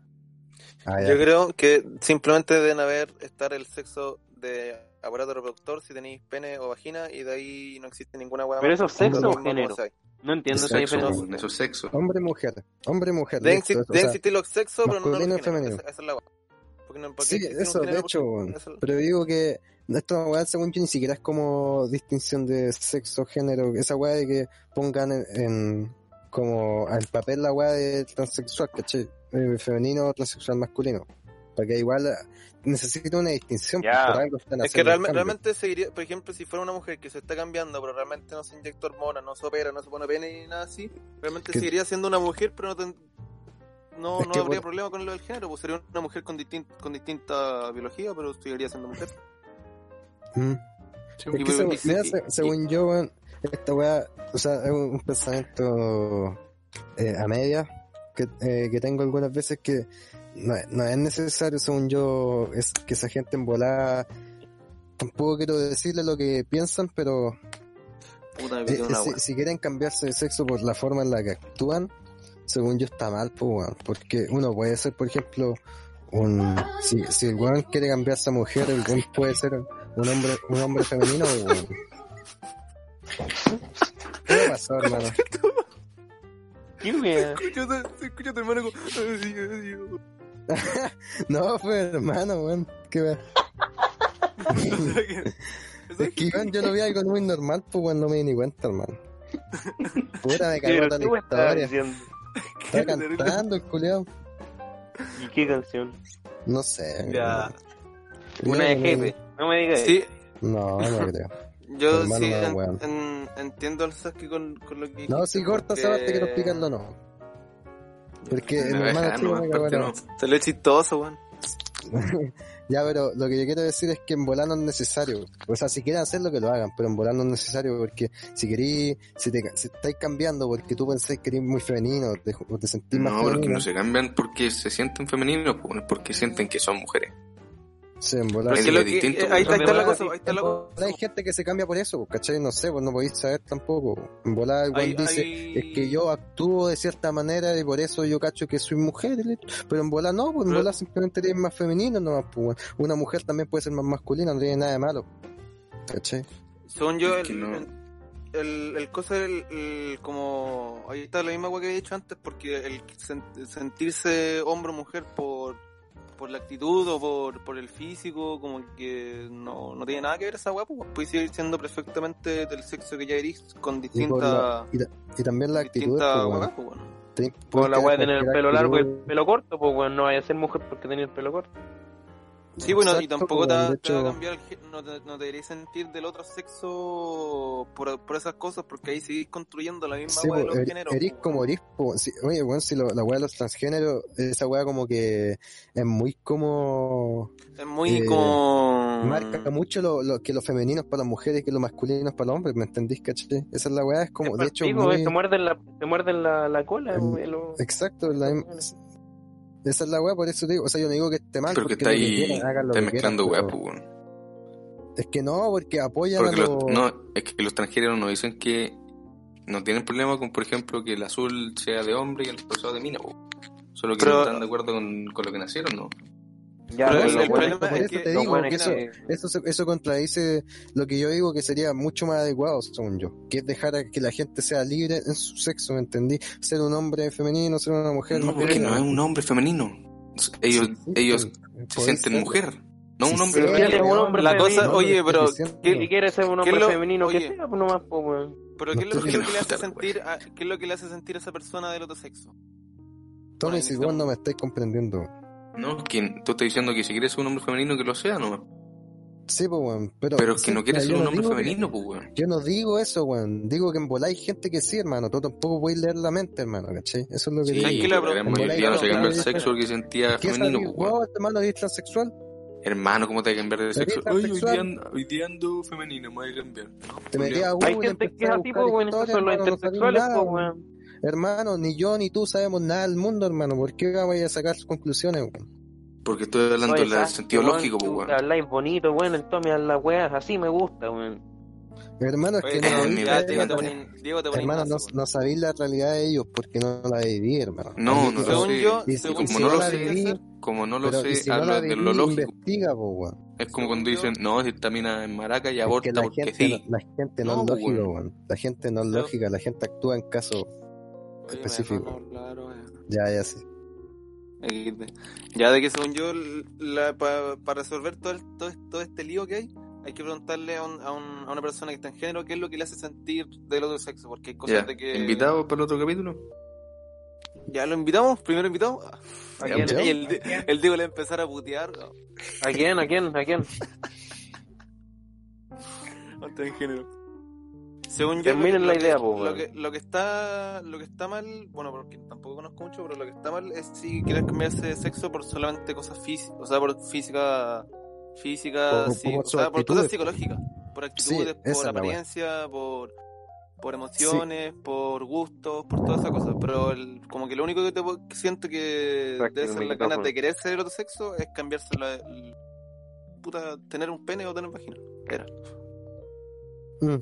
Speaker 2: Ah, ya.
Speaker 1: Yo creo que simplemente deben haber estar el sexo de aparato reproductor si tenéis pene o vagina y de ahí no existe ninguna weá.
Speaker 3: Pero
Speaker 1: más.
Speaker 3: eso es sexo
Speaker 1: Lo
Speaker 3: o
Speaker 1: mismo como
Speaker 3: género.
Speaker 1: sea.
Speaker 3: No entiendo esa
Speaker 5: Sexo,
Speaker 3: diferencia.
Speaker 5: weón, Eso es sexo.
Speaker 2: Hombre, mujer. Hombre, mujer.
Speaker 1: Deben
Speaker 2: listo,
Speaker 1: exi-
Speaker 2: eso, o
Speaker 1: deben
Speaker 2: sea,
Speaker 1: existir los sexos, pero no los
Speaker 2: masculino y
Speaker 1: géneros.
Speaker 2: femenino.
Speaker 1: Esa, esa es la weá. Porque no- porque
Speaker 2: Sí,
Speaker 1: existe un
Speaker 2: eso, de
Speaker 1: género,
Speaker 2: hecho,
Speaker 1: porque-
Speaker 2: weón.
Speaker 1: esa es la-
Speaker 2: pero digo que esta weá, según yo, ni siquiera es como distinción de sexo, género, esa weá de que pongan en, en- como al papel la weá de transexual, ¿cachai? Eh, femenino, transexual, masculino. Para que igual eh, necesita una distinción,
Speaker 3: Ya.
Speaker 2: pues, por algo están
Speaker 1: Es que
Speaker 2: haciendo el
Speaker 1: realme-
Speaker 2: cambio.
Speaker 1: realmente seguiría, por ejemplo, si fuera una mujer que se está cambiando, pero realmente no se inyecta hormonas, no se opera, no se pone pene ni nada así, realmente
Speaker 2: Que-
Speaker 1: seguiría siendo una mujer, pero no ten- no,
Speaker 2: Es
Speaker 1: no
Speaker 2: que
Speaker 1: habría
Speaker 2: por-
Speaker 1: problema con lo del género, pues sería una mujer con, distin- con distinta biología, pero seguiría siendo mujer.
Speaker 2: Mm. Es
Speaker 1: Y-
Speaker 2: que
Speaker 1: y-
Speaker 2: según,
Speaker 1: y-
Speaker 2: mira,
Speaker 1: y-
Speaker 2: se- según yo, weón, esta weá, o sea, es un, un pensamiento eh, a media que, eh, que tengo algunas veces que no, es- no es necesario, según yo, es que esa gente en volada tampoco quiero decirle lo que piensan, pero
Speaker 1: Puta, me
Speaker 2: eh,
Speaker 1: pidió una
Speaker 2: si,
Speaker 1: weá.
Speaker 2: si quieren cambiarse de sexo por la forma en la que actúan, según yo está mal, pues, weón, porque uno puede ser, por ejemplo, un, si, si el weón quiere cambiarse a mujer, el weón puede ser un hombre, un hombre femenino, weón. ¿Qué le pasó, hermano?
Speaker 3: ¿Qué weón?
Speaker 1: Escucha- escucha a tu hermano como, "Ay, ay, ay".
Speaker 2: No, fue hermano, weón. Qué wea. Es que weón, yo lo vi algo muy normal, pues weón, no me di ni cuenta, hermano. Puta, me cagó
Speaker 3: Pero
Speaker 2: toda
Speaker 3: tú
Speaker 2: la
Speaker 3: me estabas
Speaker 2: historia.
Speaker 3: diciendo.
Speaker 2: Está cantando el culiao.
Speaker 3: ¿Y qué canción?
Speaker 2: No sé.
Speaker 1: Ya.
Speaker 2: weón.
Speaker 3: Una de
Speaker 2: Yo
Speaker 3: jefe. No me digas.
Speaker 2: eh,
Speaker 1: Sí,
Speaker 2: No, no creo.
Speaker 1: Yo
Speaker 2: Hermano,
Speaker 1: sí
Speaker 2: no,
Speaker 1: en-
Speaker 2: weón.
Speaker 1: en- entiendo al Sasuke con, con lo que.
Speaker 2: No, si corta esa parte que no explican, no, no. Porque el
Speaker 5: Me va a
Speaker 2: hermano
Speaker 5: dejar,
Speaker 2: chico
Speaker 5: no,
Speaker 2: me
Speaker 5: aparte
Speaker 2: cagó la-
Speaker 5: no.
Speaker 1: Se lo es chistoso, weón.
Speaker 2: Ya, pero lo que yo quiero decir es que en volar no es necesario. O sea, si quieren hacerlo, que lo hagan, pero en volar no es necesario porque si querís, si te si estáis cambiando porque tú pensás que eres muy femenino, te, o te sentís más
Speaker 5: No, pero es que
Speaker 2: femenino,
Speaker 5: no se cambian porque se sienten femeninos, pues, porque sienten que son mujeres.
Speaker 2: sí, en volar.
Speaker 5: Pero
Speaker 1: Porque
Speaker 5: es que
Speaker 1: lo
Speaker 5: es distinto,
Speaker 1: Eh, ahí, está, ahí está la
Speaker 3: weón.
Speaker 1: cosa, ahí está la
Speaker 2: En
Speaker 1: cosa.
Speaker 2: volar hay gente que se cambia por eso, ¿cachai? No sé, pues no podéis saber tampoco. En volar el
Speaker 1: Ahí-
Speaker 2: weón dice,
Speaker 1: ahí-
Speaker 2: es que yo actúo de cierta manera y por eso yo cacho que soy mujer, y le- pero en volar no, pues en
Speaker 1: Pero-
Speaker 2: volar simplemente eres más femenino, nomás, pues, weón. Una mujer también puede ser más masculina, no tiene nada de malo, ¿cachai?
Speaker 1: Según yo,
Speaker 5: Es que
Speaker 1: el,
Speaker 5: no.
Speaker 1: el, el cosa del. el- como. Ahí está la misma weá que he dicho antes, porque el sen- sentirse hombre o mujer por, por la actitud o por, por el físico, como que no, no tiene nada que ver esa weá, pues puedes seguir siendo perfectamente del sexo que ya eres con
Speaker 2: Y, por la-
Speaker 1: distinta.
Speaker 2: y la- y también la actitud.
Speaker 1: distinta
Speaker 2: pues, weón.
Speaker 1: weá, pues, weón.
Speaker 2: Te-
Speaker 3: Pues
Speaker 2: puedes
Speaker 3: la weá
Speaker 2: tener
Speaker 3: de tener el
Speaker 2: cualquier
Speaker 3: pelo largo y el
Speaker 2: actitud.
Speaker 3: pelo corto, pues weón, no vaya a ser mujer porque tenía el pelo corto.
Speaker 1: Sí, bueno, y
Speaker 2: Exacto,
Speaker 1: tampoco te,
Speaker 2: weón,
Speaker 1: va-
Speaker 2: de
Speaker 1: te va a
Speaker 2: hecho-
Speaker 1: cambiar, el gen- no te, no te deberías sentir del otro sexo por, por esas cosas, porque ahí seguís construyendo la misma
Speaker 2: Sí,
Speaker 1: weá de
Speaker 2: po,
Speaker 1: los
Speaker 2: er-
Speaker 1: géneros. pues.
Speaker 2: erís
Speaker 1: po,
Speaker 2: como
Speaker 1: weón.
Speaker 2: erís, po. Sí, oye, weón, si lo- la weá de los transgéneros, esa weá como que es muy como...
Speaker 1: Es muy
Speaker 2: eh,
Speaker 1: como.
Speaker 5: Mm.
Speaker 2: Marca mucho lo, lo- que los femeninos para las mujeres y que los masculinos para los hombres, ¿me entendís, caché? Esa es la weá, es como,
Speaker 3: Es
Speaker 2: de
Speaker 3: pa'l
Speaker 2: hecho,
Speaker 3: pico,
Speaker 2: muy...
Speaker 3: eh, te muerden la, te muerden la, la cola,
Speaker 2: Mm,
Speaker 3: güey, lo-
Speaker 2: Exacto, la misma- esa es la weá, por eso te digo, o sea, yo no digo que esté mal,
Speaker 5: Pero que
Speaker 2: porque
Speaker 5: está
Speaker 2: lo que
Speaker 5: ahí,
Speaker 2: quieran, hagan lo
Speaker 5: está
Speaker 2: que quieran,
Speaker 5: mezclando weá,
Speaker 2: pero-
Speaker 5: pues, weón.
Speaker 2: es que no, porque apoyan
Speaker 5: Porque
Speaker 2: a
Speaker 5: los,
Speaker 2: los...
Speaker 5: no, es que los transgéneros nos dicen que no tienen problema con, por ejemplo, que el azul sea de hombre y el rosado de mina, po. Solo que
Speaker 1: Pero-
Speaker 5: no están de acuerdo con, con lo que nacieron, ¿no?
Speaker 3: Ya,
Speaker 1: Pero
Speaker 3: pero
Speaker 1: el-
Speaker 3: lo
Speaker 1: el
Speaker 3: bueno
Speaker 1: problema
Speaker 2: por
Speaker 1: es
Speaker 2: eso
Speaker 1: que-
Speaker 2: te
Speaker 3: lo
Speaker 2: digo,
Speaker 3: bueno
Speaker 2: que
Speaker 3: es
Speaker 2: eso,
Speaker 3: que-
Speaker 2: eso, se- eso contradice lo que yo digo que sería mucho más adecuado, según yo, que es dejar a que la gente sea libre en su sexo, ¿me entendí? Ser un hombre femenino, ser una mujer
Speaker 5: No, porque
Speaker 2: masculina.
Speaker 5: no es un hombre femenino. Ellos,
Speaker 2: Sí,
Speaker 5: ellos se
Speaker 2: podéis
Speaker 5: sienten
Speaker 2: ser-
Speaker 5: mujer, no
Speaker 2: Sí,
Speaker 5: un hombre
Speaker 2: sí,
Speaker 3: Pero si
Speaker 2: Pero
Speaker 3: él es
Speaker 5: femenino.
Speaker 3: un
Speaker 2: weón,
Speaker 3: hombre
Speaker 1: La
Speaker 3: femenino,
Speaker 1: cosa,
Speaker 2: No,
Speaker 1: oye,
Speaker 2: pero
Speaker 1: pero.
Speaker 2: estoy diciendo-
Speaker 1: ¿qué-
Speaker 3: si quieres ser un hombre
Speaker 1: ¿Qué es lo-
Speaker 3: femenino, que
Speaker 1: oye?
Speaker 3: sea, pues nomás, pues,
Speaker 1: Pero
Speaker 3: güey.
Speaker 2: No
Speaker 1: ¿qué es lo
Speaker 2: estoy pues,
Speaker 1: primero que le
Speaker 5: diciendo
Speaker 1: hace
Speaker 5: nada,
Speaker 1: sentir a, qué es lo que le hace sentir a esa persona del otro sexo?
Speaker 2: Tommy, si vos
Speaker 1: Bueno,
Speaker 2: no me estáis comprendiendo.
Speaker 5: No, es que tú estás diciendo que si quieres ser un hombre femenino, que lo sea, ¿no?
Speaker 2: Sí, pues, weón, pero...
Speaker 5: Pero es que
Speaker 2: sí,
Speaker 5: no quieres
Speaker 2: mira,
Speaker 5: ser
Speaker 2: yo
Speaker 5: un
Speaker 2: no
Speaker 5: hombre
Speaker 2: digo que-
Speaker 5: femenino, pues, weón.
Speaker 2: Yo no digo eso, weón. Digo que en volá hay gente que sí, hermano. Tú tampoco puedes leer la mente, hermano, ¿cachai? Eso es lo que
Speaker 5: Sí,
Speaker 2: digo.
Speaker 1: ¿Sabes qué?
Speaker 5: pero
Speaker 1: La
Speaker 5: la gran
Speaker 2: pro-
Speaker 5: mayoría no se
Speaker 2: claro,
Speaker 5: cambia el
Speaker 2: claro.
Speaker 5: sexo porque sentía
Speaker 2: ¿Qué
Speaker 5: femenino,
Speaker 2: sabís
Speaker 5: pues, weón.
Speaker 2: vos, hermano, eres transexual?
Speaker 5: Hermano, ¿cómo te vas a cambiar de
Speaker 2: ¿Sabés
Speaker 5: sexo?
Speaker 2: transexual?
Speaker 5: ando, hoy día ando femenino, me voy a cambiar. No,
Speaker 2: Te
Speaker 5: Julián.
Speaker 2: metías a
Speaker 3: Hay
Speaker 2: Google,
Speaker 3: gente que es
Speaker 2: empezás a
Speaker 3: así,
Speaker 2: buscar
Speaker 3: pues, güey, estos
Speaker 2: historia,
Speaker 3: son
Speaker 2: hermano,
Speaker 3: los
Speaker 2: no sabís
Speaker 3: intersexuales,
Speaker 2: nada,
Speaker 3: pues,
Speaker 2: weón.
Speaker 3: güey.
Speaker 2: Hermano, ni yo ni tú sabemos nada del mundo, hermano. ¿Por qué vamos a ir a sacar conclusiones? weón?
Speaker 5: Porque estoy hablando
Speaker 3: Oye,
Speaker 5: del
Speaker 3: ¿sabes
Speaker 5: sentido
Speaker 3: qué, güey?
Speaker 5: lógico, pues,
Speaker 3: Tú
Speaker 5: weón.
Speaker 3: habláis bonito, güey, el Tommy habla weas, así me gusta, güey.
Speaker 2: Hermano, es
Speaker 1: Oye,
Speaker 2: que no
Speaker 5: Eh,
Speaker 2: sabéis
Speaker 5: mi
Speaker 1: ya
Speaker 2: la
Speaker 5: mente,
Speaker 1: Diego te
Speaker 5: mente.
Speaker 2: realidad.
Speaker 1: ponen, Diego te ponen
Speaker 2: Hermano, no,
Speaker 1: nazi, weón.
Speaker 2: no sabéis la realidad de ellos porque no la viví, hermano.
Speaker 5: No,
Speaker 2: Así
Speaker 5: no
Speaker 2: que,
Speaker 5: lo
Speaker 1: Según
Speaker 5: sé.
Speaker 1: yo,
Speaker 2: y, si-
Speaker 5: Y
Speaker 1: según
Speaker 2: y
Speaker 5: como
Speaker 2: si
Speaker 5: no
Speaker 1: yo,
Speaker 2: no
Speaker 5: lo
Speaker 2: la
Speaker 1: ¿sabes qué
Speaker 5: sé,
Speaker 2: viví,
Speaker 1: hacer?
Speaker 5: como no lo
Speaker 2: pero y
Speaker 5: sé,
Speaker 2: si no la
Speaker 5: hablo de lo
Speaker 2: viví,
Speaker 5: lógico.
Speaker 2: investiga, po, weón.
Speaker 5: Es como
Speaker 1: Según
Speaker 5: cuando
Speaker 1: yo,
Speaker 5: dicen, no, si esta mina es maraca y
Speaker 2: Es que
Speaker 5: aborta
Speaker 2: la
Speaker 5: porque
Speaker 2: gente, no-
Speaker 5: sí.
Speaker 2: la gente no,
Speaker 5: No,
Speaker 2: es
Speaker 5: po,
Speaker 2: lógica,
Speaker 5: weón.
Speaker 2: weón. La gente no es
Speaker 1: Pero-
Speaker 2: lógica, la gente actúa en casos
Speaker 1: Oye, me dejaron
Speaker 2: específicos.
Speaker 1: hablar, weón.
Speaker 2: Ya, ya sí.
Speaker 1: XD. Ya de que según yo, l- la, para resolver todo, el- todo, todo este lío que hay, hay que preguntarle a, un- a un- a una persona que está en género qué es lo que le hace sentir del otro sexo, porque hay cosas
Speaker 5: Ya,
Speaker 1: de que...
Speaker 5: invitado para el otro capítulo.
Speaker 1: Ya lo invitamos, primero invitado.
Speaker 3: ¿A
Speaker 5: Ya,
Speaker 3: quién?
Speaker 2: ¿Yo?
Speaker 1: Y el, Di- el Diego le va a empezar a putear.
Speaker 3: ¿A quién? ¿A quién? ¿A quién?
Speaker 1: No está en género. Según yo, lo que,
Speaker 3: Terminen
Speaker 1: lo
Speaker 3: la
Speaker 1: que-
Speaker 3: idea, pues,
Speaker 1: lo
Speaker 3: weón.
Speaker 1: que- lo que está lo que está mal, bueno, porque tampoco conozco mucho, pero lo que está mal es si quieres cambiarse de sexo por solamente cosas físicas, o sea, por física, física,
Speaker 5: Ah,
Speaker 2: Por-
Speaker 1: sí,
Speaker 2: por
Speaker 1: o
Speaker 2: su
Speaker 1: sea, por cosas
Speaker 2: actitudes, po.
Speaker 1: psicológicas, por actitudes,
Speaker 2: esa es
Speaker 1: por
Speaker 2: la wea.
Speaker 1: apariencia, por por emociones, por gustos, por todas esas cosas, pero el- como que lo único que, te, puedo- que siento que
Speaker 3: Saca
Speaker 1: debe
Speaker 3: el
Speaker 1: ser las ganas de
Speaker 3: micrófono.
Speaker 1: querer ser el otro sexo es cambiarse la, el- puta, tener un pene o tener vagina. Era.
Speaker 2: Mm.